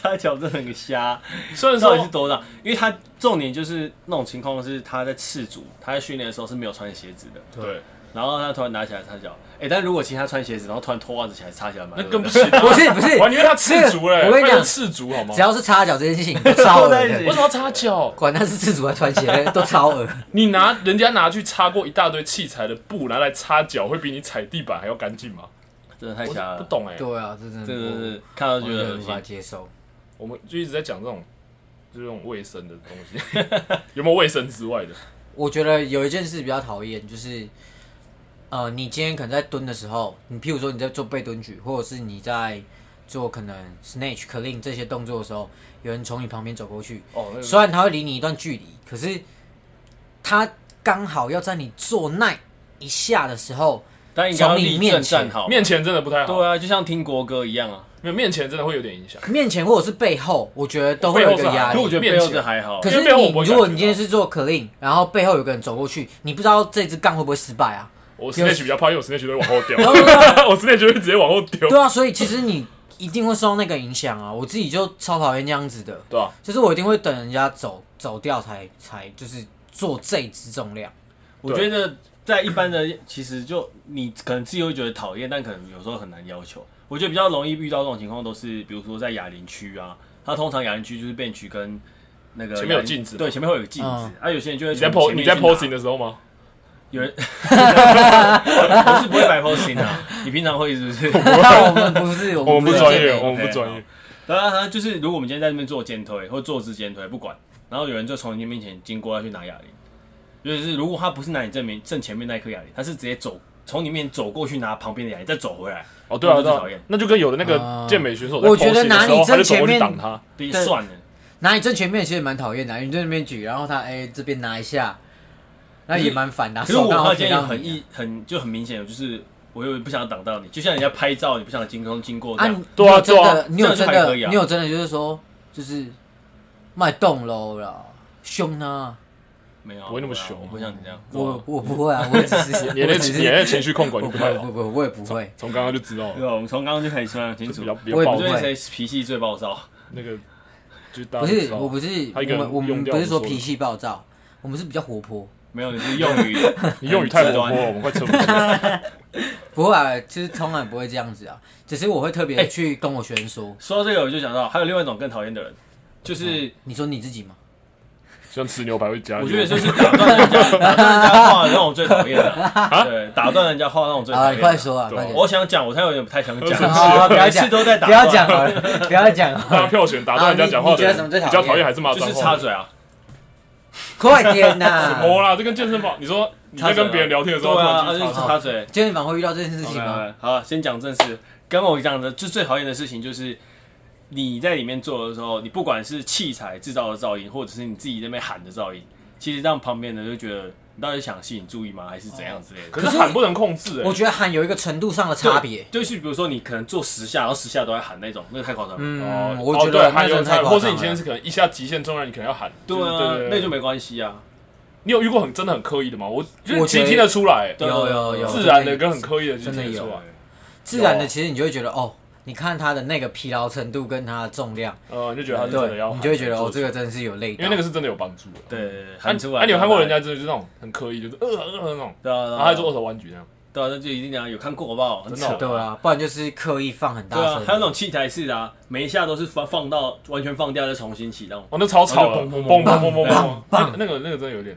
[SPEAKER 2] 他脚真的很瞎，
[SPEAKER 3] 虽然
[SPEAKER 2] 到底是
[SPEAKER 3] 说
[SPEAKER 2] 多大？因为他重点就是那种情况是他在赤足，他在训练的时候是没有穿鞋子的，
[SPEAKER 3] 对，
[SPEAKER 2] 然后他突然拿起来擦脚，哎、但如果其实他穿鞋子，然后突然脱袜子起来擦起来，蛮
[SPEAKER 3] 那
[SPEAKER 2] 恶的
[SPEAKER 3] 更不行、啊。
[SPEAKER 1] 不是不是
[SPEAKER 3] 哇，你因为他赤足
[SPEAKER 1] 这
[SPEAKER 3] 嘞、
[SPEAKER 1] 个我跟你讲
[SPEAKER 3] 他赤足好吗
[SPEAKER 1] 只？要是擦脚这件事情都超恶
[SPEAKER 2] 都在一
[SPEAKER 1] 的
[SPEAKER 2] 起，
[SPEAKER 3] 为什么要 擦脚？
[SPEAKER 1] 管他是自主还是穿鞋，都超恶。
[SPEAKER 3] 你拿人家拿去擦过一大堆器材的布拿来擦脚，会比你踩地板还要干净吗？
[SPEAKER 2] 真的太
[SPEAKER 3] 我
[SPEAKER 2] 瞎了，
[SPEAKER 3] 不，懂哎、
[SPEAKER 1] 对啊，这真的
[SPEAKER 2] 真的是看到
[SPEAKER 1] 我
[SPEAKER 2] 就
[SPEAKER 1] 完
[SPEAKER 2] 觉得
[SPEAKER 1] 全
[SPEAKER 2] 恶
[SPEAKER 1] 无法
[SPEAKER 2] 心。
[SPEAKER 1] 接受。
[SPEAKER 3] 我们就一直在讲这种，就是这种卫生的东西， 有没有卫生之外的？
[SPEAKER 1] 我觉得有一件事比较讨厌，就是呃，你今天可能在蹲的时候，你譬如说你在做背蹲举，或者是你在做可能 snatch、clean 这些动作的时候，有人从你旁边走过去，
[SPEAKER 3] 哦，
[SPEAKER 2] 嗯
[SPEAKER 3] 那个
[SPEAKER 1] 虽然他会离你一段距离，可是他刚好要在你做那一下的时候，
[SPEAKER 2] 但应该要立
[SPEAKER 1] 从你面
[SPEAKER 2] 正
[SPEAKER 1] 前
[SPEAKER 2] 站好，
[SPEAKER 3] 面前真的不太好，
[SPEAKER 2] 对啊，就像听国歌一样啊。
[SPEAKER 3] 没有面前真的会有点影响。
[SPEAKER 1] 面前或者是背后，我觉得都会有一个压
[SPEAKER 2] 可
[SPEAKER 3] 背后是好
[SPEAKER 1] 力
[SPEAKER 2] 我。觉得背后这还好
[SPEAKER 1] 可，是
[SPEAKER 3] 因为背后我不
[SPEAKER 1] 你
[SPEAKER 3] 会
[SPEAKER 1] 如果
[SPEAKER 3] 感觉
[SPEAKER 1] 你今天是做 clean，然后背后有个人走过去，你不知道这支杠会不会失败啊？
[SPEAKER 3] 我 snatch 比较怕，因为我 snatch 都会往后掉，
[SPEAKER 1] 对啊
[SPEAKER 3] 我 snatch 会直接往后 丢，
[SPEAKER 1] 对啊，所以其实你一定会受到那个影响啊。我自己就超讨厌这样子的，
[SPEAKER 3] 对啊吧、
[SPEAKER 1] 就是我一定会等人家走走掉才才就是做这支重 量。
[SPEAKER 2] 我觉得在一般的，其实就你可能自己会觉得讨厌，但可能有时候很难要求。我觉得比较容易遇到这种情况，都是比如说在哑铃区啊，它通常哑铃区就是bench 区跟那个
[SPEAKER 3] 前面
[SPEAKER 2] 哑
[SPEAKER 3] 有
[SPEAKER 2] 铃
[SPEAKER 3] 镜子嘛
[SPEAKER 2] 对，前面会有个镜子
[SPEAKER 1] 嗯。
[SPEAKER 2] 啊，有些人就会
[SPEAKER 3] 你在
[SPEAKER 2] 从
[SPEAKER 3] po
[SPEAKER 2] 前
[SPEAKER 3] 你
[SPEAKER 2] 面
[SPEAKER 3] 在
[SPEAKER 2] 去拿
[SPEAKER 3] posing 的时候吗？
[SPEAKER 2] 有人，我是不会摆 posing 的啊，你平常会是不是？
[SPEAKER 1] 那我们不是，
[SPEAKER 3] 我
[SPEAKER 1] 我们
[SPEAKER 3] 们不
[SPEAKER 1] 是
[SPEAKER 3] 专
[SPEAKER 1] 健
[SPEAKER 3] 业，
[SPEAKER 1] 美
[SPEAKER 3] 我们不专业。
[SPEAKER 2] 当然，他啊就是如果我们今天在那边做肩推或坐姿肩推，不管，然后有人就从你面前经过要去拿哑铃，就是如果他不是拿你正面正前面那一颗哑铃，他是直接走从你面前走过去拿旁边的哑铃，再走回来，
[SPEAKER 3] 哦，对啊，
[SPEAKER 2] 我
[SPEAKER 3] 对
[SPEAKER 2] 最
[SPEAKER 3] 啊
[SPEAKER 2] 讨厌，
[SPEAKER 3] 那就跟有的那个
[SPEAKER 1] 啊
[SPEAKER 3] 健美选手，
[SPEAKER 1] 我觉得拿你正
[SPEAKER 3] 他就走
[SPEAKER 1] 前
[SPEAKER 3] 过去
[SPEAKER 1] 面
[SPEAKER 3] 挡他，
[SPEAKER 2] 别
[SPEAKER 1] 对
[SPEAKER 2] 算了。
[SPEAKER 1] 拿你正前面其实蛮讨厌的啊，你在那边举，然后他哎、这边拿一下，那也蛮烦的啊。
[SPEAKER 2] 可是我
[SPEAKER 1] 手刚好
[SPEAKER 2] 发
[SPEAKER 1] 举
[SPEAKER 2] 现
[SPEAKER 1] 到
[SPEAKER 2] 很
[SPEAKER 1] 你
[SPEAKER 2] 一很就很明显，就是我又不想挡到你，就像人家拍照，你不想经空经过这
[SPEAKER 1] 啊，
[SPEAKER 2] 样，
[SPEAKER 1] 你
[SPEAKER 3] 对啊
[SPEAKER 1] 你有真的，你有真
[SPEAKER 2] 这样就
[SPEAKER 3] 对
[SPEAKER 2] 还可
[SPEAKER 1] 的，
[SPEAKER 2] 以啊
[SPEAKER 1] 你有真的就是说，就是卖动喽啦，凶啊！
[SPEAKER 2] 没有啊
[SPEAKER 3] 不会那么
[SPEAKER 2] 啊
[SPEAKER 3] 凶
[SPEAKER 2] 我不像你这样，
[SPEAKER 1] 我我不会啊，我只是
[SPEAKER 3] 你
[SPEAKER 1] 我
[SPEAKER 3] 那
[SPEAKER 1] 只
[SPEAKER 3] 你那
[SPEAKER 1] 是
[SPEAKER 3] 情绪控管
[SPEAKER 1] 我
[SPEAKER 3] 就不
[SPEAKER 1] 不
[SPEAKER 3] 太
[SPEAKER 1] 会，
[SPEAKER 3] 好
[SPEAKER 1] 不，不我也不会。
[SPEAKER 3] 从刚刚就知道
[SPEAKER 2] 对
[SPEAKER 3] 了，
[SPEAKER 2] 啊，我们从刚刚就可以算得清
[SPEAKER 3] 就
[SPEAKER 2] 楚
[SPEAKER 3] 比较，比较
[SPEAKER 1] 我也
[SPEAKER 3] 暴
[SPEAKER 2] 我
[SPEAKER 1] 不
[SPEAKER 2] 最
[SPEAKER 1] 会
[SPEAKER 3] 力，
[SPEAKER 2] 近谁脾气最暴躁？
[SPEAKER 3] 那个就是大家
[SPEAKER 1] 不
[SPEAKER 3] 都知
[SPEAKER 1] 是，
[SPEAKER 3] 道
[SPEAKER 1] 我不是，
[SPEAKER 3] 啊他一个
[SPEAKER 1] 我
[SPEAKER 3] 人
[SPEAKER 1] 们我
[SPEAKER 3] 用
[SPEAKER 1] 们
[SPEAKER 3] 掉
[SPEAKER 1] 不是
[SPEAKER 3] 不
[SPEAKER 1] 说
[SPEAKER 3] 说
[SPEAKER 1] 脾
[SPEAKER 3] 了
[SPEAKER 1] 气暴躁，我们是比较活泼。
[SPEAKER 2] 没有，你是用语，
[SPEAKER 3] 你 用语太活泼
[SPEAKER 2] 很极
[SPEAKER 3] 了，
[SPEAKER 2] 端
[SPEAKER 3] 我们快撑不住。
[SPEAKER 1] 不会啊，就是从来不会这样子啊，只是我会特
[SPEAKER 3] 哎
[SPEAKER 1] 别去跟我学生说。
[SPEAKER 2] 说到这个，我就想到还有另外一种更讨厌的人，就是。
[SPEAKER 1] 你说你自己吗？
[SPEAKER 3] 像吃牛排会加油，
[SPEAKER 2] 我觉得就是打断 人家，打断人家话让我最讨厌的。
[SPEAKER 3] 啊
[SPEAKER 2] 对，打断人家话让我最讨
[SPEAKER 1] 啊，
[SPEAKER 2] 厌。
[SPEAKER 1] 你快！说啊，
[SPEAKER 3] 对
[SPEAKER 1] 快
[SPEAKER 3] 啊
[SPEAKER 1] 点！
[SPEAKER 2] 我想讲，我才有点不太想
[SPEAKER 3] 是
[SPEAKER 2] 讲。
[SPEAKER 1] 好，啊不要
[SPEAKER 2] 每次
[SPEAKER 1] 讲，
[SPEAKER 2] 都在打
[SPEAKER 1] 不要讲好了，不要讲好
[SPEAKER 3] 大家
[SPEAKER 1] 了，
[SPEAKER 3] 票选打断人家讲
[SPEAKER 1] 啊
[SPEAKER 3] 话的
[SPEAKER 1] 你你觉得什么
[SPEAKER 3] 人，
[SPEAKER 1] 最讨
[SPEAKER 3] 比
[SPEAKER 1] 厌
[SPEAKER 3] 较讨厌还是骂
[SPEAKER 2] 就
[SPEAKER 3] 脏
[SPEAKER 2] 是插
[SPEAKER 3] 话？
[SPEAKER 2] 嘴啊！
[SPEAKER 1] 快点 呐！
[SPEAKER 3] 哦啦，这跟健身房，你说你在跟别人聊天的时候，
[SPEAKER 2] 对啊，
[SPEAKER 3] 突然
[SPEAKER 2] 就
[SPEAKER 3] 间
[SPEAKER 2] 是
[SPEAKER 3] 插嘴
[SPEAKER 2] 插嘴。
[SPEAKER 1] 健身房会遇到这件事情
[SPEAKER 3] 哦
[SPEAKER 1] 吗？
[SPEAKER 2] OK，OK，好，先讲正事。跟我讲的，就最讨厌的事情就是你在里面做的时候，你不管是器材制造的噪音，或者是你自己在那边喊的噪音，其实让旁边的人就觉得你到底想吸引注意吗，还是怎样之类的。
[SPEAKER 3] 可是喊不能控制，
[SPEAKER 1] 我
[SPEAKER 3] 哎，
[SPEAKER 1] 觉得喊有一个程度上的哦差别。
[SPEAKER 2] 就是比如说你可能做十下，然后十下都在喊那种，那个太夸张了。
[SPEAKER 1] 嗯，
[SPEAKER 3] 哦，
[SPEAKER 1] 我
[SPEAKER 3] 哦
[SPEAKER 1] 觉
[SPEAKER 3] 对
[SPEAKER 1] 得
[SPEAKER 3] 喊
[SPEAKER 1] 那
[SPEAKER 3] 有
[SPEAKER 1] 真的
[SPEAKER 3] 人
[SPEAKER 1] 太
[SPEAKER 3] 喊，
[SPEAKER 1] 夸
[SPEAKER 3] 或是你
[SPEAKER 1] 张
[SPEAKER 3] 今天
[SPEAKER 1] 了。
[SPEAKER 3] 是可能一下极限重量，你可能要喊，
[SPEAKER 2] 对
[SPEAKER 3] 就是
[SPEAKER 2] 啊，
[SPEAKER 3] 对
[SPEAKER 2] 那就没关系啊。
[SPEAKER 3] 你有遇过很真的很刻意的吗？我觉得
[SPEAKER 1] 我
[SPEAKER 3] 其
[SPEAKER 1] 觉
[SPEAKER 3] 实
[SPEAKER 1] 得
[SPEAKER 3] 听得出来，
[SPEAKER 2] 对
[SPEAKER 1] 有有有，
[SPEAKER 3] 呃自然的跟很刻意的就
[SPEAKER 1] 真的
[SPEAKER 3] 听得
[SPEAKER 1] 有
[SPEAKER 2] 啊
[SPEAKER 3] 出来。
[SPEAKER 1] 自然的，其实你就会觉得哦，你看他的那个疲劳程度跟他的重量，
[SPEAKER 3] 呃，你就觉得他是真的
[SPEAKER 1] 对，
[SPEAKER 3] 要喊，
[SPEAKER 1] 你就会觉得
[SPEAKER 3] 做
[SPEAKER 1] 哦，这个真的是有累
[SPEAKER 3] 因
[SPEAKER 1] 到
[SPEAKER 3] 为那。个是真的有帮助的。
[SPEAKER 2] 对对对，
[SPEAKER 3] 啊
[SPEAKER 2] 喊出来。
[SPEAKER 3] 啊你有看过人家真的就是那种很刻意，就是呃呃呃那种，
[SPEAKER 2] 对啊？对啊，
[SPEAKER 3] 然后还做二手弯举那样。
[SPEAKER 2] 对啊，那就一定啊，有看过好不好？很
[SPEAKER 3] 真的
[SPEAKER 2] 扯。
[SPEAKER 3] 哦
[SPEAKER 1] 对啊，不然就是刻意放很大
[SPEAKER 2] 对啊
[SPEAKER 1] 声，，
[SPEAKER 2] 还有那种器材式的啊，每一下都是放放到完全放掉再重新启动。
[SPEAKER 3] 哦，那超吵了，
[SPEAKER 2] 然后
[SPEAKER 3] 嘣
[SPEAKER 2] 就
[SPEAKER 3] 嘣
[SPEAKER 2] 砰砰砰砰
[SPEAKER 3] 嘣嘣嘣，那
[SPEAKER 1] 砰
[SPEAKER 3] 个那个那个真的有点，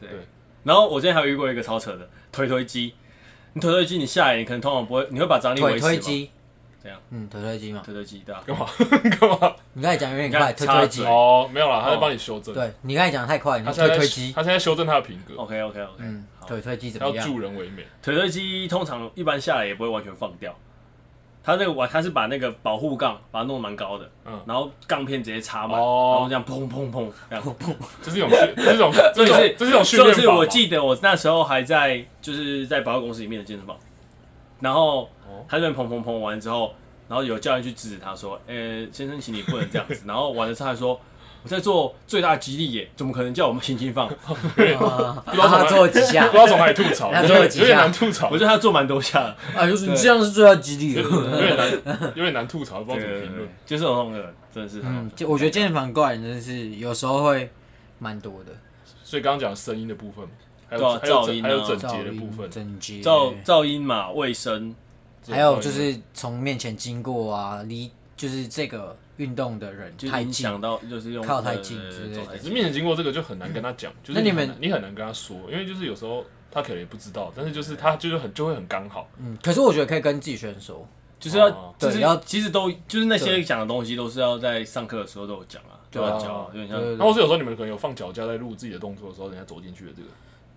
[SPEAKER 2] 对
[SPEAKER 3] 对。
[SPEAKER 2] 然后我之前还有遇过一个超扯的推推机，你推推机你下来，你可能通常不会，你会把张力
[SPEAKER 1] 腿
[SPEAKER 2] 维持
[SPEAKER 1] 推
[SPEAKER 2] 吗？
[SPEAKER 1] 机，
[SPEAKER 2] 怎样？
[SPEAKER 1] 嗯，腿推机嘛。
[SPEAKER 2] 推推机对啊，
[SPEAKER 3] 干嘛干嘛？
[SPEAKER 1] 你刚才讲有点
[SPEAKER 2] 你看
[SPEAKER 1] 快，推推机
[SPEAKER 2] 插。
[SPEAKER 3] 哦，没有啦，他在帮你修正，
[SPEAKER 1] 对你刚才讲得太快，你
[SPEAKER 3] 他
[SPEAKER 1] 说
[SPEAKER 3] 现在
[SPEAKER 1] 推推
[SPEAKER 3] 在
[SPEAKER 1] 机，
[SPEAKER 3] 他现在修正他的品格，
[SPEAKER 2] OK OK OK，
[SPEAKER 1] 嗯，
[SPEAKER 2] 好。
[SPEAKER 1] 腿推机怎
[SPEAKER 3] 他
[SPEAKER 1] 么
[SPEAKER 3] 要
[SPEAKER 1] 样？
[SPEAKER 3] 助人为美。
[SPEAKER 2] 腿推机通常一般下来也不会完全放掉，它那个完它是把那个保护杠把它弄得蛮高的，
[SPEAKER 3] 嗯
[SPEAKER 2] 然后杠片直接插满，
[SPEAKER 3] 哦
[SPEAKER 2] 然后这样砰砰砰这样。
[SPEAKER 3] 这是一种训， 这是一种，
[SPEAKER 2] 这
[SPEAKER 3] 这是一
[SPEAKER 2] 是
[SPEAKER 3] 种，这是一种训练
[SPEAKER 2] 就是
[SPEAKER 3] 法嘛。
[SPEAKER 2] 我记得我那时候还在就是在百货公司里面的健身房，然后
[SPEAKER 3] 哦
[SPEAKER 2] 他在那边砰砰砰哎 完之后，然后有教练去制止他说：“呃、先生，请你不能这样子。”然后完了之后他还说：“我在做最大激励耶，怎么可能叫我们轻轻 放？
[SPEAKER 1] 啊，
[SPEAKER 3] 知道从哪
[SPEAKER 1] 他做了几
[SPEAKER 3] 不
[SPEAKER 1] 下
[SPEAKER 3] 知，道从哪里吐槽，
[SPEAKER 1] 他
[SPEAKER 3] 有
[SPEAKER 1] 做了
[SPEAKER 3] 点
[SPEAKER 1] 几
[SPEAKER 3] 有点
[SPEAKER 1] 下
[SPEAKER 3] 难吐槽
[SPEAKER 2] 我，觉得他做蛮多下的，
[SPEAKER 1] 啊，就是你这样是最大激 励
[SPEAKER 3] 有
[SPEAKER 1] 了。
[SPEAKER 3] 点 难，有点难吐槽，不
[SPEAKER 2] 对
[SPEAKER 3] 知道怎么
[SPEAKER 2] 对
[SPEAKER 3] 评
[SPEAKER 2] 对
[SPEAKER 3] 论。，
[SPEAKER 2] 就是有那种人，真的是很好
[SPEAKER 1] 嗯，就我觉得健身房怪人真的是有时候会蛮多的，
[SPEAKER 3] 所以刚刚讲声音的部分嘛，还
[SPEAKER 2] 对
[SPEAKER 3] 有
[SPEAKER 2] 啊
[SPEAKER 3] 还有
[SPEAKER 2] 噪
[SPEAKER 3] 整
[SPEAKER 2] 音啊
[SPEAKER 3] 还有整
[SPEAKER 1] 噪
[SPEAKER 3] 洁的
[SPEAKER 1] 音
[SPEAKER 3] 部分，
[SPEAKER 1] 整洁，
[SPEAKER 2] 噪噪音嘛，卫生，
[SPEAKER 1] 还有就是从面前经过啊，离就是这个运动的人
[SPEAKER 2] 就
[SPEAKER 1] 太
[SPEAKER 2] 影
[SPEAKER 1] 近，
[SPEAKER 2] 响到就是用
[SPEAKER 1] 靠太近
[SPEAKER 2] 呃
[SPEAKER 1] 之类的
[SPEAKER 2] 走太
[SPEAKER 3] 可是
[SPEAKER 2] 近
[SPEAKER 3] 面前经过这个就很难跟他讲，就
[SPEAKER 1] 那
[SPEAKER 3] 是
[SPEAKER 1] 你
[SPEAKER 3] 很
[SPEAKER 1] 们
[SPEAKER 3] 难你很难跟他说，因为就是有时候他可能也不知道，但是就是他就是很就会很刚好，
[SPEAKER 1] 嗯，可是我觉得可以跟自己选手说，
[SPEAKER 2] 就是要
[SPEAKER 3] 哦
[SPEAKER 2] 就是
[SPEAKER 1] 对要
[SPEAKER 2] 其实都就是那些
[SPEAKER 1] 对
[SPEAKER 2] 讲的东西都是要在上课的时候都有讲啊，都
[SPEAKER 1] 对
[SPEAKER 2] 要
[SPEAKER 1] 啊
[SPEAKER 2] 教啊，有点像
[SPEAKER 1] 对
[SPEAKER 3] 那或
[SPEAKER 1] 对
[SPEAKER 3] 是有时候你们可能有放脚架在录自己的动作的时候，人家走进去的这个，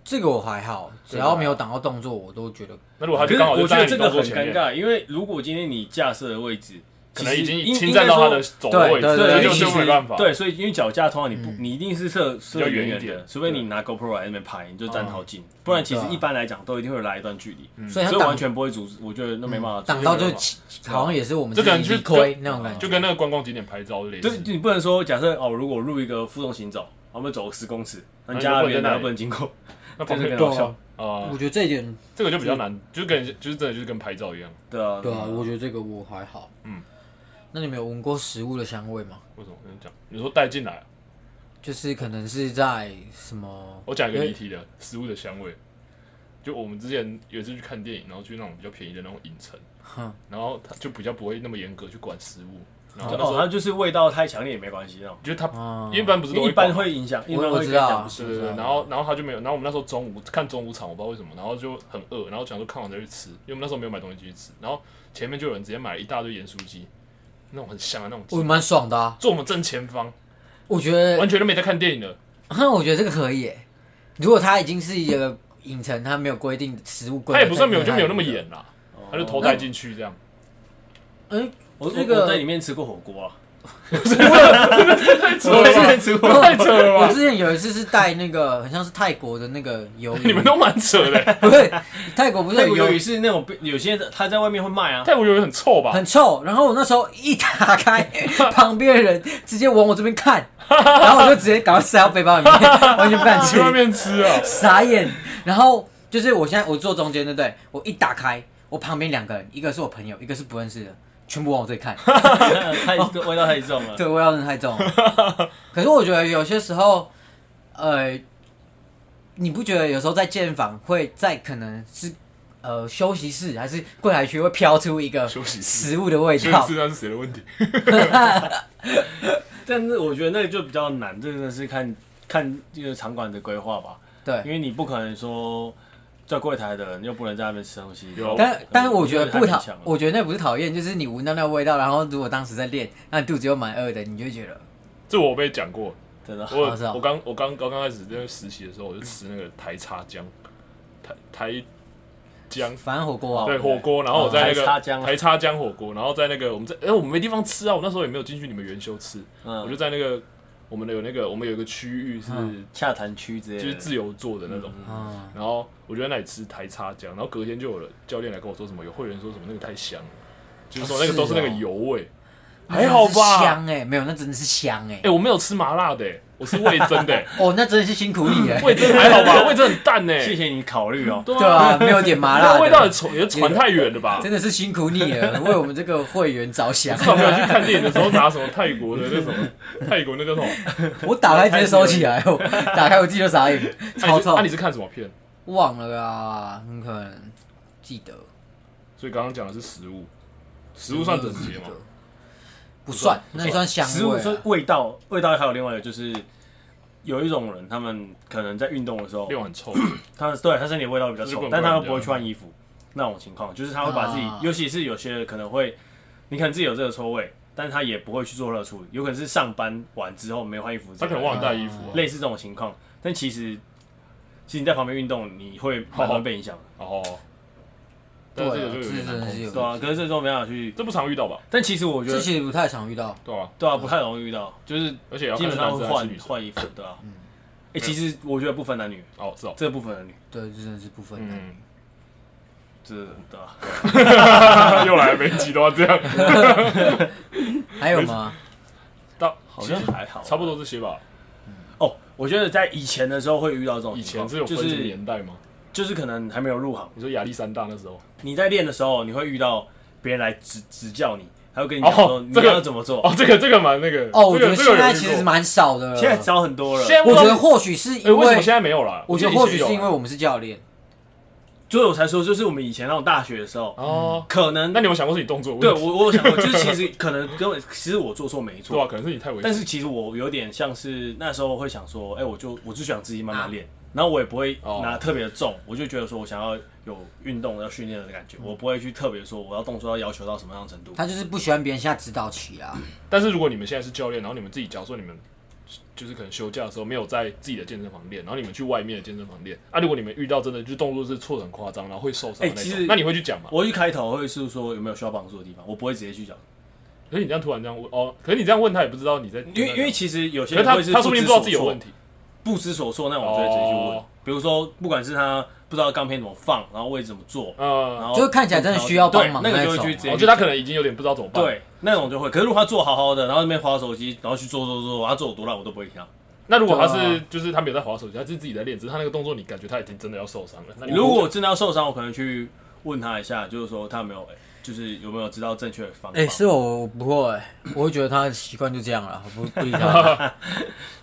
[SPEAKER 1] 这个我还好，只要没有挡到动作，我都觉得
[SPEAKER 3] 那如果他
[SPEAKER 2] 可
[SPEAKER 3] 啊就是刚好就
[SPEAKER 2] 我觉
[SPEAKER 3] 站
[SPEAKER 2] 得
[SPEAKER 3] 在
[SPEAKER 2] 这
[SPEAKER 3] 你
[SPEAKER 2] 个
[SPEAKER 3] 动
[SPEAKER 2] 很
[SPEAKER 3] 作前
[SPEAKER 2] 尴
[SPEAKER 3] 面，
[SPEAKER 2] 尬，因为如果今天你架设的位置
[SPEAKER 3] 可能已经
[SPEAKER 2] 其实
[SPEAKER 3] 侵占到他
[SPEAKER 2] 应
[SPEAKER 3] 的
[SPEAKER 2] 应
[SPEAKER 3] 走的
[SPEAKER 1] 对
[SPEAKER 3] 位置，
[SPEAKER 2] 该说
[SPEAKER 1] 对
[SPEAKER 2] 对，
[SPEAKER 3] 这
[SPEAKER 2] 因
[SPEAKER 3] 就
[SPEAKER 2] 为
[SPEAKER 3] 就
[SPEAKER 2] 其实
[SPEAKER 3] 没办法。
[SPEAKER 2] 对，所以因为脚架通常你不
[SPEAKER 1] 嗯
[SPEAKER 2] 你一定是设设
[SPEAKER 3] 比较远
[SPEAKER 2] 远
[SPEAKER 3] 一
[SPEAKER 2] 的，
[SPEAKER 3] 点哦
[SPEAKER 2] 除非你拿 GoPro 来那边拍，你就站好近，不然其实
[SPEAKER 1] 对啊
[SPEAKER 2] 一般来讲都一定会有来一段距
[SPEAKER 3] 嗯
[SPEAKER 2] 离，
[SPEAKER 1] 所以他
[SPEAKER 2] 所以
[SPEAKER 1] 挡嗯
[SPEAKER 2] 完全不会阻止，我觉得那没办法
[SPEAKER 1] 挡到
[SPEAKER 2] 这
[SPEAKER 1] 就
[SPEAKER 2] 个没办法
[SPEAKER 1] 好像也是我们
[SPEAKER 3] 这个人
[SPEAKER 1] 自己
[SPEAKER 3] 就
[SPEAKER 1] 理亏那种感
[SPEAKER 3] 就
[SPEAKER 1] 觉，
[SPEAKER 3] 跟那个观光景点拍照类
[SPEAKER 2] 就
[SPEAKER 3] 似，
[SPEAKER 2] 就你不能说，假设哦，如果入一个负重行走，我们走十公尺，那你家那边
[SPEAKER 3] 那
[SPEAKER 2] 哪都不
[SPEAKER 3] 你就不
[SPEAKER 2] 能经 过，
[SPEAKER 3] 那
[SPEAKER 2] 这
[SPEAKER 3] 旁
[SPEAKER 2] 是
[SPEAKER 3] 边
[SPEAKER 2] 更
[SPEAKER 1] 对啊
[SPEAKER 2] 好笑。
[SPEAKER 3] 啊
[SPEAKER 1] 我，觉得这一点，
[SPEAKER 3] 这个就比较难，就跟就是真的就是跟拍照一样，
[SPEAKER 2] 对啊，
[SPEAKER 1] 对啊，我觉得这个我还好，
[SPEAKER 3] 嗯，
[SPEAKER 1] 那你们有闻过食物的香味吗？
[SPEAKER 3] 为什么我跟你讲？你说带进来啊，
[SPEAKER 1] 就是可能是在什么，
[SPEAKER 3] 我讲一个
[SPEAKER 1] 因为
[SPEAKER 3] 离题的食物的香味。就我们之前有一次去看电影，然后去那种比较便宜的那种影城，
[SPEAKER 1] 哼，
[SPEAKER 3] 然后他就比较不会那么严格去管食物。然后那时
[SPEAKER 2] 哦，
[SPEAKER 3] 候
[SPEAKER 2] 它就是味道太强烈也没关系那种，
[SPEAKER 3] 就是他
[SPEAKER 1] 啊，
[SPEAKER 3] 一般不是
[SPEAKER 2] 哦因
[SPEAKER 3] 都
[SPEAKER 2] 为
[SPEAKER 3] 会
[SPEAKER 2] 一般
[SPEAKER 3] 管吗
[SPEAKER 2] 会影响，一
[SPEAKER 1] 我
[SPEAKER 2] 般
[SPEAKER 1] 我
[SPEAKER 2] 会
[SPEAKER 1] 知
[SPEAKER 2] 跟
[SPEAKER 1] 道
[SPEAKER 2] 讲
[SPEAKER 1] 啊
[SPEAKER 2] 不行
[SPEAKER 3] 对对
[SPEAKER 1] 我知
[SPEAKER 3] 对，
[SPEAKER 1] 道
[SPEAKER 3] 然后然后他就没有，然后我们那时候中午看中午场，我不知道为什么，然后就很饿，然后想说看完再去吃，因为我们那时候没有买东西进去吃，然后前面就有人直接买了一大堆盐酥鸡，那种很香的那种鸡
[SPEAKER 1] 我，蛮爽的啊，
[SPEAKER 3] 坐我们正前方，
[SPEAKER 1] 我觉得
[SPEAKER 3] 完全都没在看电影了，
[SPEAKER 1] 哼，我觉得这个可以耶。如果他已经是一个影城，他没有规定食物规
[SPEAKER 3] 他
[SPEAKER 1] 格，
[SPEAKER 3] 也不算没有
[SPEAKER 1] 这
[SPEAKER 3] 就
[SPEAKER 1] 个
[SPEAKER 3] 没有那
[SPEAKER 1] 太
[SPEAKER 3] 么
[SPEAKER 1] 个。
[SPEAKER 3] 严啦，他就头带进去这样，
[SPEAKER 1] 哦哎，
[SPEAKER 2] 我
[SPEAKER 1] 这
[SPEAKER 2] 我在里
[SPEAKER 1] 个
[SPEAKER 2] 面吃过火锅啊，
[SPEAKER 3] 太扯
[SPEAKER 2] 我在
[SPEAKER 3] 了
[SPEAKER 2] 里面
[SPEAKER 3] 吧，
[SPEAKER 2] 吃过，
[SPEAKER 3] 太扯了
[SPEAKER 1] 我
[SPEAKER 3] 吧，
[SPEAKER 1] 之前有一次是带那个，很像是泰国的那个鱿鱼，
[SPEAKER 3] 你们都蛮扯 的欸，
[SPEAKER 1] 不是泰国不是
[SPEAKER 2] 泰
[SPEAKER 1] 有
[SPEAKER 2] 国
[SPEAKER 1] 鱿
[SPEAKER 2] 鱿鱼
[SPEAKER 1] 鱼
[SPEAKER 2] 是那种有些他在外面会卖 啊，
[SPEAKER 3] 泰国鱿鱼很臭吧？
[SPEAKER 1] 很臭，然后我那时候一打 开，旁边的人直接往我这边看，然后我就直接赶快塞到背包里面， 完全不 敢
[SPEAKER 3] 你
[SPEAKER 1] 吃
[SPEAKER 3] 去，外面吃 啊？
[SPEAKER 1] 傻眼。然后就是我现在我坐中间，对不对？我一打开，我旁边两个人，一个是我朋友，一个是不认识的，全部往我这里 看。
[SPEAKER 2] 太味道太重了。
[SPEAKER 1] 对，味道真的太重了。可是我觉得有些时候，呃，你不觉得有时候在健身房会在可能是呃休息室还是柜台区会飘出一个
[SPEAKER 3] 休息室
[SPEAKER 1] 食物的味
[SPEAKER 3] 所以
[SPEAKER 1] 道？
[SPEAKER 3] 吃那是谁的问题？
[SPEAKER 2] 但是我觉得那个就比较难，这真的是看看这个场馆的规划吧，
[SPEAKER 1] 对，
[SPEAKER 2] 因为你不可能说在柜台的人又不能在那边吃东西。
[SPEAKER 3] 有
[SPEAKER 1] 但但是我觉得不
[SPEAKER 2] 太
[SPEAKER 1] 讨
[SPEAKER 2] 勉强，了
[SPEAKER 1] 我觉得那不是讨厌，就是你闻到那个味道，然后如果当时在练，那你肚子又蛮饿的，你就会觉得
[SPEAKER 3] 这我被讲过，
[SPEAKER 2] 真的
[SPEAKER 3] 我
[SPEAKER 1] 啊是啊
[SPEAKER 3] 我刚我刚刚刚开始在实习的时候，我就吃那个台茶姜，台台姜。
[SPEAKER 1] 反正火锅啊，
[SPEAKER 3] 对火锅，然后我在那
[SPEAKER 2] 台
[SPEAKER 1] 哦
[SPEAKER 3] 个
[SPEAKER 2] 叉姜啊
[SPEAKER 3] 台叉姜火锅，然后在那个我们在哎我们没地方吃啊，我那时候也没有进去你们元修吃，
[SPEAKER 2] 嗯
[SPEAKER 3] 我就在那个我们的有那个我们有一个区域是
[SPEAKER 1] 嗯
[SPEAKER 2] 洽谈区之类的，
[SPEAKER 3] 就是自由坐的那种，
[SPEAKER 1] 嗯，
[SPEAKER 3] 然后我就在那里吃台叉姜，然后隔天就有了教练来跟我说什么，有会员说什么那个太香了，就是说那个都是那个
[SPEAKER 1] 是哦
[SPEAKER 3] 油味，
[SPEAKER 1] 那
[SPEAKER 3] 还好
[SPEAKER 1] 真的是
[SPEAKER 3] 吧？
[SPEAKER 1] 香哎、没有，那真的是香哎、
[SPEAKER 3] 哎，我没有吃麻辣的，哎我是味增的， 哎
[SPEAKER 1] 哦，那真的是辛苦你哎、
[SPEAKER 3] 嗯味增还好吧？味增很淡呢，
[SPEAKER 2] 谢谢你考虑哦。
[SPEAKER 1] 对啊，没有点麻
[SPEAKER 3] 那
[SPEAKER 1] 辣
[SPEAKER 3] 个
[SPEAKER 1] 的
[SPEAKER 3] 味道也传也传太远了吧？
[SPEAKER 1] 真的是辛苦你了，为我们这个会员着 想。
[SPEAKER 3] 我没有去看电影的时候拿什么泰国的那什么泰国那叫什么？
[SPEAKER 1] 我打开直接收起来，我打开我自己就傻眼，
[SPEAKER 3] 那
[SPEAKER 1] 超
[SPEAKER 3] 你是
[SPEAKER 1] 臭
[SPEAKER 3] 啊那，你是看什么片？
[SPEAKER 1] 忘了啊，很可能记得，
[SPEAKER 3] 所以刚刚讲的是食物，食物算整洁吗
[SPEAKER 1] 记？得？不算，那算
[SPEAKER 3] 哎
[SPEAKER 1] 香
[SPEAKER 2] 食物
[SPEAKER 1] 味
[SPEAKER 2] 是
[SPEAKER 1] 啊。
[SPEAKER 2] 味道，味道还有另外一个就是，有一种人，他们可能在运动的时候，
[SPEAKER 3] 六很臭，
[SPEAKER 2] 他对他身体味道比较
[SPEAKER 3] 就是
[SPEAKER 2] 臭，
[SPEAKER 3] 滚
[SPEAKER 2] 但他又
[SPEAKER 3] 滚的
[SPEAKER 2] 不会穿衣服那种情况，就是他会把自己，
[SPEAKER 1] 啊
[SPEAKER 2] 尤其是有些人可能会，你可能自己有这个臭味，但是他也不会去做热处理，有可能是上班完之后没有换衣服，
[SPEAKER 3] 他可能忘了带衣服啊。
[SPEAKER 2] 类似这种情况，但其实其实你在旁边运动，你会慢慢被影响的，
[SPEAKER 3] 哦，但
[SPEAKER 1] 啊对
[SPEAKER 3] 是
[SPEAKER 1] 啊，
[SPEAKER 3] 这个
[SPEAKER 1] 这
[SPEAKER 3] 就有点
[SPEAKER 1] 真
[SPEAKER 3] 难
[SPEAKER 1] 的是
[SPEAKER 3] 控
[SPEAKER 1] 有
[SPEAKER 3] 制，
[SPEAKER 2] 对啊，可是这种没办法去，
[SPEAKER 3] 这不常遇到吧？
[SPEAKER 2] 但其实我觉
[SPEAKER 1] 这
[SPEAKER 2] 得
[SPEAKER 1] 其实不太常遇到。
[SPEAKER 3] 对啊，
[SPEAKER 2] 对啊，不太容易遇到，就是
[SPEAKER 3] 而且要
[SPEAKER 2] 基
[SPEAKER 3] 看
[SPEAKER 2] 本
[SPEAKER 3] 是
[SPEAKER 2] 上
[SPEAKER 3] 男
[SPEAKER 2] 会
[SPEAKER 3] 生还是
[SPEAKER 2] 换
[SPEAKER 3] 女生。
[SPEAKER 2] 换衣服，对啊，哎，其实我觉得不分男女，
[SPEAKER 3] 哦，是哦，
[SPEAKER 2] 这不分男女，
[SPEAKER 1] 对，这真的是不分的。
[SPEAKER 3] 嗯，
[SPEAKER 2] 这对啊，
[SPEAKER 3] 嗯 又来每集都要这样。
[SPEAKER 1] 还有吗？
[SPEAKER 3] 到
[SPEAKER 2] 好像还好，
[SPEAKER 3] 差不多这些吧。
[SPEAKER 2] 哦。我觉得在以前的时候会遇到这种
[SPEAKER 3] 以
[SPEAKER 2] 情
[SPEAKER 3] 前
[SPEAKER 2] 况，
[SPEAKER 3] 是有分
[SPEAKER 2] 就
[SPEAKER 3] 这个
[SPEAKER 2] 是
[SPEAKER 3] 年代吗？
[SPEAKER 2] 就是可能还没有入行，
[SPEAKER 3] 你说亚历山大那时候，
[SPEAKER 2] 你在练的时候，你会遇到别人来指指教你，他会跟你讲
[SPEAKER 3] 哦
[SPEAKER 2] 说你
[SPEAKER 3] 这个
[SPEAKER 2] 要怎么做。
[SPEAKER 3] 哦，这个这个蛮那个
[SPEAKER 1] 哦，我
[SPEAKER 3] 这
[SPEAKER 1] 觉得
[SPEAKER 3] 个这
[SPEAKER 1] 现
[SPEAKER 3] 个有
[SPEAKER 1] 在
[SPEAKER 3] 遇
[SPEAKER 1] 其实
[SPEAKER 3] 过
[SPEAKER 1] 蛮少的了。
[SPEAKER 2] 现在少很多了，
[SPEAKER 3] 现在不
[SPEAKER 1] 我
[SPEAKER 3] 知道
[SPEAKER 1] 觉得或许是
[SPEAKER 3] 哎，
[SPEAKER 1] 因
[SPEAKER 3] 为什么
[SPEAKER 1] 为，
[SPEAKER 3] 现在没有了？
[SPEAKER 1] 我觉得
[SPEAKER 3] 以前
[SPEAKER 1] 或许
[SPEAKER 3] 有
[SPEAKER 1] 是因为
[SPEAKER 3] 啊
[SPEAKER 1] 我们是教练，
[SPEAKER 2] 所以我才说，就是我们以前那种大学的时候，
[SPEAKER 3] 哦，
[SPEAKER 2] 可能
[SPEAKER 3] 那你有没有想过是你动作的
[SPEAKER 2] 对
[SPEAKER 3] 问题？
[SPEAKER 2] 我我有想过，就是其实可能根本其实我做错没
[SPEAKER 3] 对
[SPEAKER 2] 错，
[SPEAKER 3] 啊，可能是你太危险。
[SPEAKER 2] 但是其实我有点像是那时候会想说，哎，我就我就想自己慢
[SPEAKER 3] 啊
[SPEAKER 2] 慢练，然后我也不会
[SPEAKER 3] 哦
[SPEAKER 2] 拿特别的重，我就觉得说我想要有运动要训练的感
[SPEAKER 3] 嗯
[SPEAKER 2] 觉，我不会去特别说我要动作要要求到什么样的程度。
[SPEAKER 1] 他就是不喜欢别人下指导棋啊。
[SPEAKER 3] 但是如果你们现在是教练，然后你们自己，假如说你们就是可能休假的时候没有在自己的健身房练，然后你们去外面的健身房练，啊，如果你们遇到真的就是动作是错得很夸张，然后会受伤的
[SPEAKER 2] 哎
[SPEAKER 3] 那
[SPEAKER 2] 其
[SPEAKER 3] 种
[SPEAKER 2] 实，
[SPEAKER 3] 那你会去讲吗？
[SPEAKER 2] 我一开头会是说有没有需要帮助的地方，我不会直接去讲，
[SPEAKER 3] 可是你这样突然这样问，哦，可是你这样问他也不知道你在，
[SPEAKER 2] 因为因为其实有些
[SPEAKER 3] 可
[SPEAKER 2] 人
[SPEAKER 3] 是他
[SPEAKER 2] 会是
[SPEAKER 3] 他说不定不知道自己有
[SPEAKER 2] 所措
[SPEAKER 3] 问题，
[SPEAKER 2] 不知所措，那我就会直接去问
[SPEAKER 3] 哦。
[SPEAKER 2] 比如说，不管是他不知道钢片怎么放，然后位置怎么做，然
[SPEAKER 3] 呃，
[SPEAKER 2] 后
[SPEAKER 1] 就是看起来真的需要帮忙
[SPEAKER 2] 对那个就
[SPEAKER 1] 那
[SPEAKER 2] 会
[SPEAKER 1] 种啊
[SPEAKER 2] 去直接
[SPEAKER 3] 我
[SPEAKER 2] 去
[SPEAKER 3] 觉得他可能已经有点不知道怎么办。，
[SPEAKER 2] 对那种就会。可是如果他做好好的，然后那边划手机，然后去做做做，他做有多烂我都不会听。
[SPEAKER 3] 那如果他
[SPEAKER 1] 对
[SPEAKER 3] 是就是他没有在滑手机，他是自己在练，只是他那个动作你感觉他已经真的要受伤了。那你
[SPEAKER 2] 如果真的要受伤，我可能去问他一下，就是说他有没有，就是有没有知道正确的方法。
[SPEAKER 1] 哎、是我我不会、我会觉得他的习惯就这样了，我不不理 他。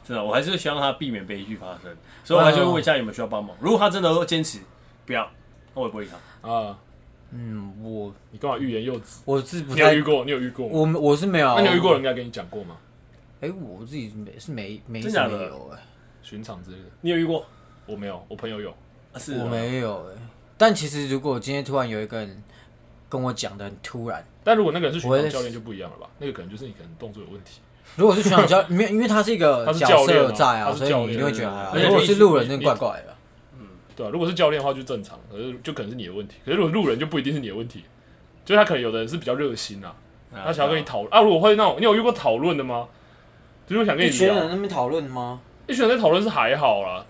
[SPEAKER 2] 真的，我还是希望他避免悲剧发生，所以我还是会问一下有没有需要帮忙。如果他真的都坚持不要，那我也不会理他。
[SPEAKER 3] 啊，
[SPEAKER 1] 嗯，我
[SPEAKER 3] 你干嘛欲言又止？
[SPEAKER 1] 我是不
[SPEAKER 3] 你有
[SPEAKER 1] 太
[SPEAKER 3] 遇，过？你有遇过吗？
[SPEAKER 1] 我我是没有啊。
[SPEAKER 3] 那你有遇过人家跟你讲过吗？
[SPEAKER 1] 哎、我自己是没是没没
[SPEAKER 2] 真
[SPEAKER 1] 是
[SPEAKER 2] 假的
[SPEAKER 1] 没有哎、
[SPEAKER 3] 寻常之类的，
[SPEAKER 2] 你有遇过？
[SPEAKER 3] 我没有，我朋友有。
[SPEAKER 2] 啊是
[SPEAKER 1] 我
[SPEAKER 2] 啊
[SPEAKER 1] 没有哎、但其实如果今天突然有一个人跟我讲的很突然，
[SPEAKER 3] 但如果那个人是巡
[SPEAKER 1] 我
[SPEAKER 3] 场
[SPEAKER 1] 也
[SPEAKER 3] 教练就不一样了吧？那个可能就是你可能动作有问题，
[SPEAKER 1] 如果是学长教， 没有，因为他是一个
[SPEAKER 3] 他是
[SPEAKER 1] 角
[SPEAKER 3] 教练
[SPEAKER 1] 色
[SPEAKER 3] 啊
[SPEAKER 1] 在
[SPEAKER 3] 他
[SPEAKER 1] 啊，
[SPEAKER 3] 是
[SPEAKER 1] 所以
[SPEAKER 3] 教
[SPEAKER 1] 你
[SPEAKER 3] 练
[SPEAKER 1] 就会觉得还好。
[SPEAKER 2] 而且
[SPEAKER 1] 如果
[SPEAKER 2] 你
[SPEAKER 1] 是路人，那
[SPEAKER 3] 你
[SPEAKER 1] 怪怪的。
[SPEAKER 3] 对啊，如果是教练的话就正常，可是就可能是你的问题。可是如果路人就不一定是你的问题，就是他可能有的人是比较热心啊，他想要跟你讨论啊。如果会那种，你有遇过讨论的吗？就是想跟你聊，
[SPEAKER 1] 那边讨论吗？
[SPEAKER 3] 一群人在讨论是还好啦。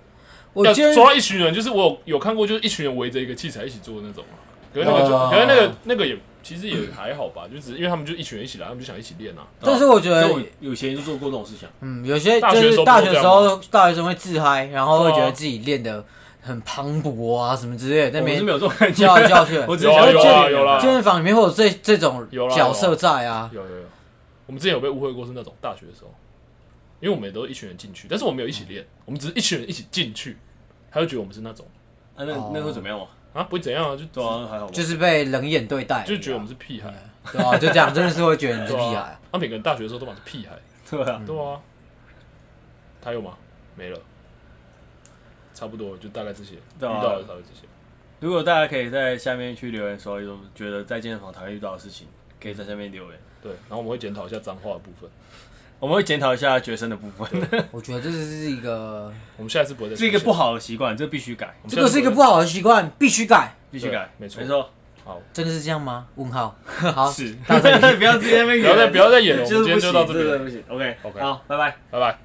[SPEAKER 1] 我
[SPEAKER 3] 要
[SPEAKER 1] 今天
[SPEAKER 3] 说到一群人，就是我有有看过，就是一群人围着一个器材一起做的那种啊。可是那个就，
[SPEAKER 1] 哦
[SPEAKER 3] 可是那个那个也其实也还好吧，就只是因为他们就一群人一起来，他们就想一起练啊。
[SPEAKER 1] 但是我觉得
[SPEAKER 2] 跟我有些人就做过这种事情啊，
[SPEAKER 1] 嗯，有些
[SPEAKER 3] 大
[SPEAKER 1] 就
[SPEAKER 3] 学
[SPEAKER 1] 是
[SPEAKER 3] 时候
[SPEAKER 1] 大
[SPEAKER 3] 不
[SPEAKER 1] 学
[SPEAKER 3] 都
[SPEAKER 1] 时
[SPEAKER 3] 这样
[SPEAKER 1] 候，大学生会自嗨，然后会
[SPEAKER 3] 对啊
[SPEAKER 1] 觉得自己练的很磅礴啊，什么之类的。那
[SPEAKER 2] 我是
[SPEAKER 1] 边
[SPEAKER 2] 没有这种感觉。
[SPEAKER 1] 教 来 教去，
[SPEAKER 2] 我只
[SPEAKER 1] 健
[SPEAKER 2] 是想要
[SPEAKER 3] 有啊有
[SPEAKER 2] 见
[SPEAKER 3] 啊
[SPEAKER 2] 你
[SPEAKER 3] 有啦，
[SPEAKER 1] 身房里面会有这这种
[SPEAKER 3] 有啦
[SPEAKER 1] 角色在啊。
[SPEAKER 3] 有有有，我们之前有被误会过是那种大学的时候，因为我们也都是一群人进去，但是我们没有一起练，我们只是一群人一起进去，他就觉得我们是那种
[SPEAKER 2] 啊，那那会怎么样嘛？
[SPEAKER 3] 啊不会怎样啊，就
[SPEAKER 2] 对啊，还好吧。
[SPEAKER 1] 哦就是被冷眼对待，
[SPEAKER 3] 就觉得我们是屁孩，
[SPEAKER 1] 对 啊，就这样，真的是会觉得你是
[SPEAKER 3] 对
[SPEAKER 1] 啊屁孩
[SPEAKER 3] 啊
[SPEAKER 1] 啊。，
[SPEAKER 3] 他每个人大学的时候都满是屁孩，
[SPEAKER 2] 对啊，
[SPEAKER 3] 对啊，他有吗？没了，差不多就大概这些，遇
[SPEAKER 2] 对啊
[SPEAKER 3] 到的大概这些，
[SPEAKER 2] 如果大家可以在下面去留言说，有觉得在健身房常会遇到的事情，可以在下面留言，
[SPEAKER 3] 对，然后我们会检讨一下脏话的部分，
[SPEAKER 2] 我们会检讨一下学生的部 分。
[SPEAKER 1] 我觉得这是一个，
[SPEAKER 3] 我们下一次不会再
[SPEAKER 2] 是一个
[SPEAKER 3] 出
[SPEAKER 2] 不
[SPEAKER 3] 现，
[SPEAKER 2] 好的习惯，这必须改，
[SPEAKER 3] 我们
[SPEAKER 1] 这
[SPEAKER 3] 下
[SPEAKER 1] 个
[SPEAKER 3] 次
[SPEAKER 1] 是一个
[SPEAKER 3] 会
[SPEAKER 1] 不好的习惯，必须改。
[SPEAKER 2] 必须改，
[SPEAKER 3] 对没错
[SPEAKER 2] 没错，
[SPEAKER 3] 好，
[SPEAKER 1] 真的是这样吗？问号。 好，
[SPEAKER 2] 是，
[SPEAKER 1] 到这里
[SPEAKER 2] 不要自己在那边
[SPEAKER 3] 不要再不要再演了，我
[SPEAKER 2] 就
[SPEAKER 3] 们
[SPEAKER 2] 是不
[SPEAKER 3] 今天
[SPEAKER 2] 行，
[SPEAKER 3] 就到这
[SPEAKER 2] 真
[SPEAKER 3] 边，
[SPEAKER 2] 的不行。OK，
[SPEAKER 3] OK
[SPEAKER 2] 好，拜拜。
[SPEAKER 3] 拜拜。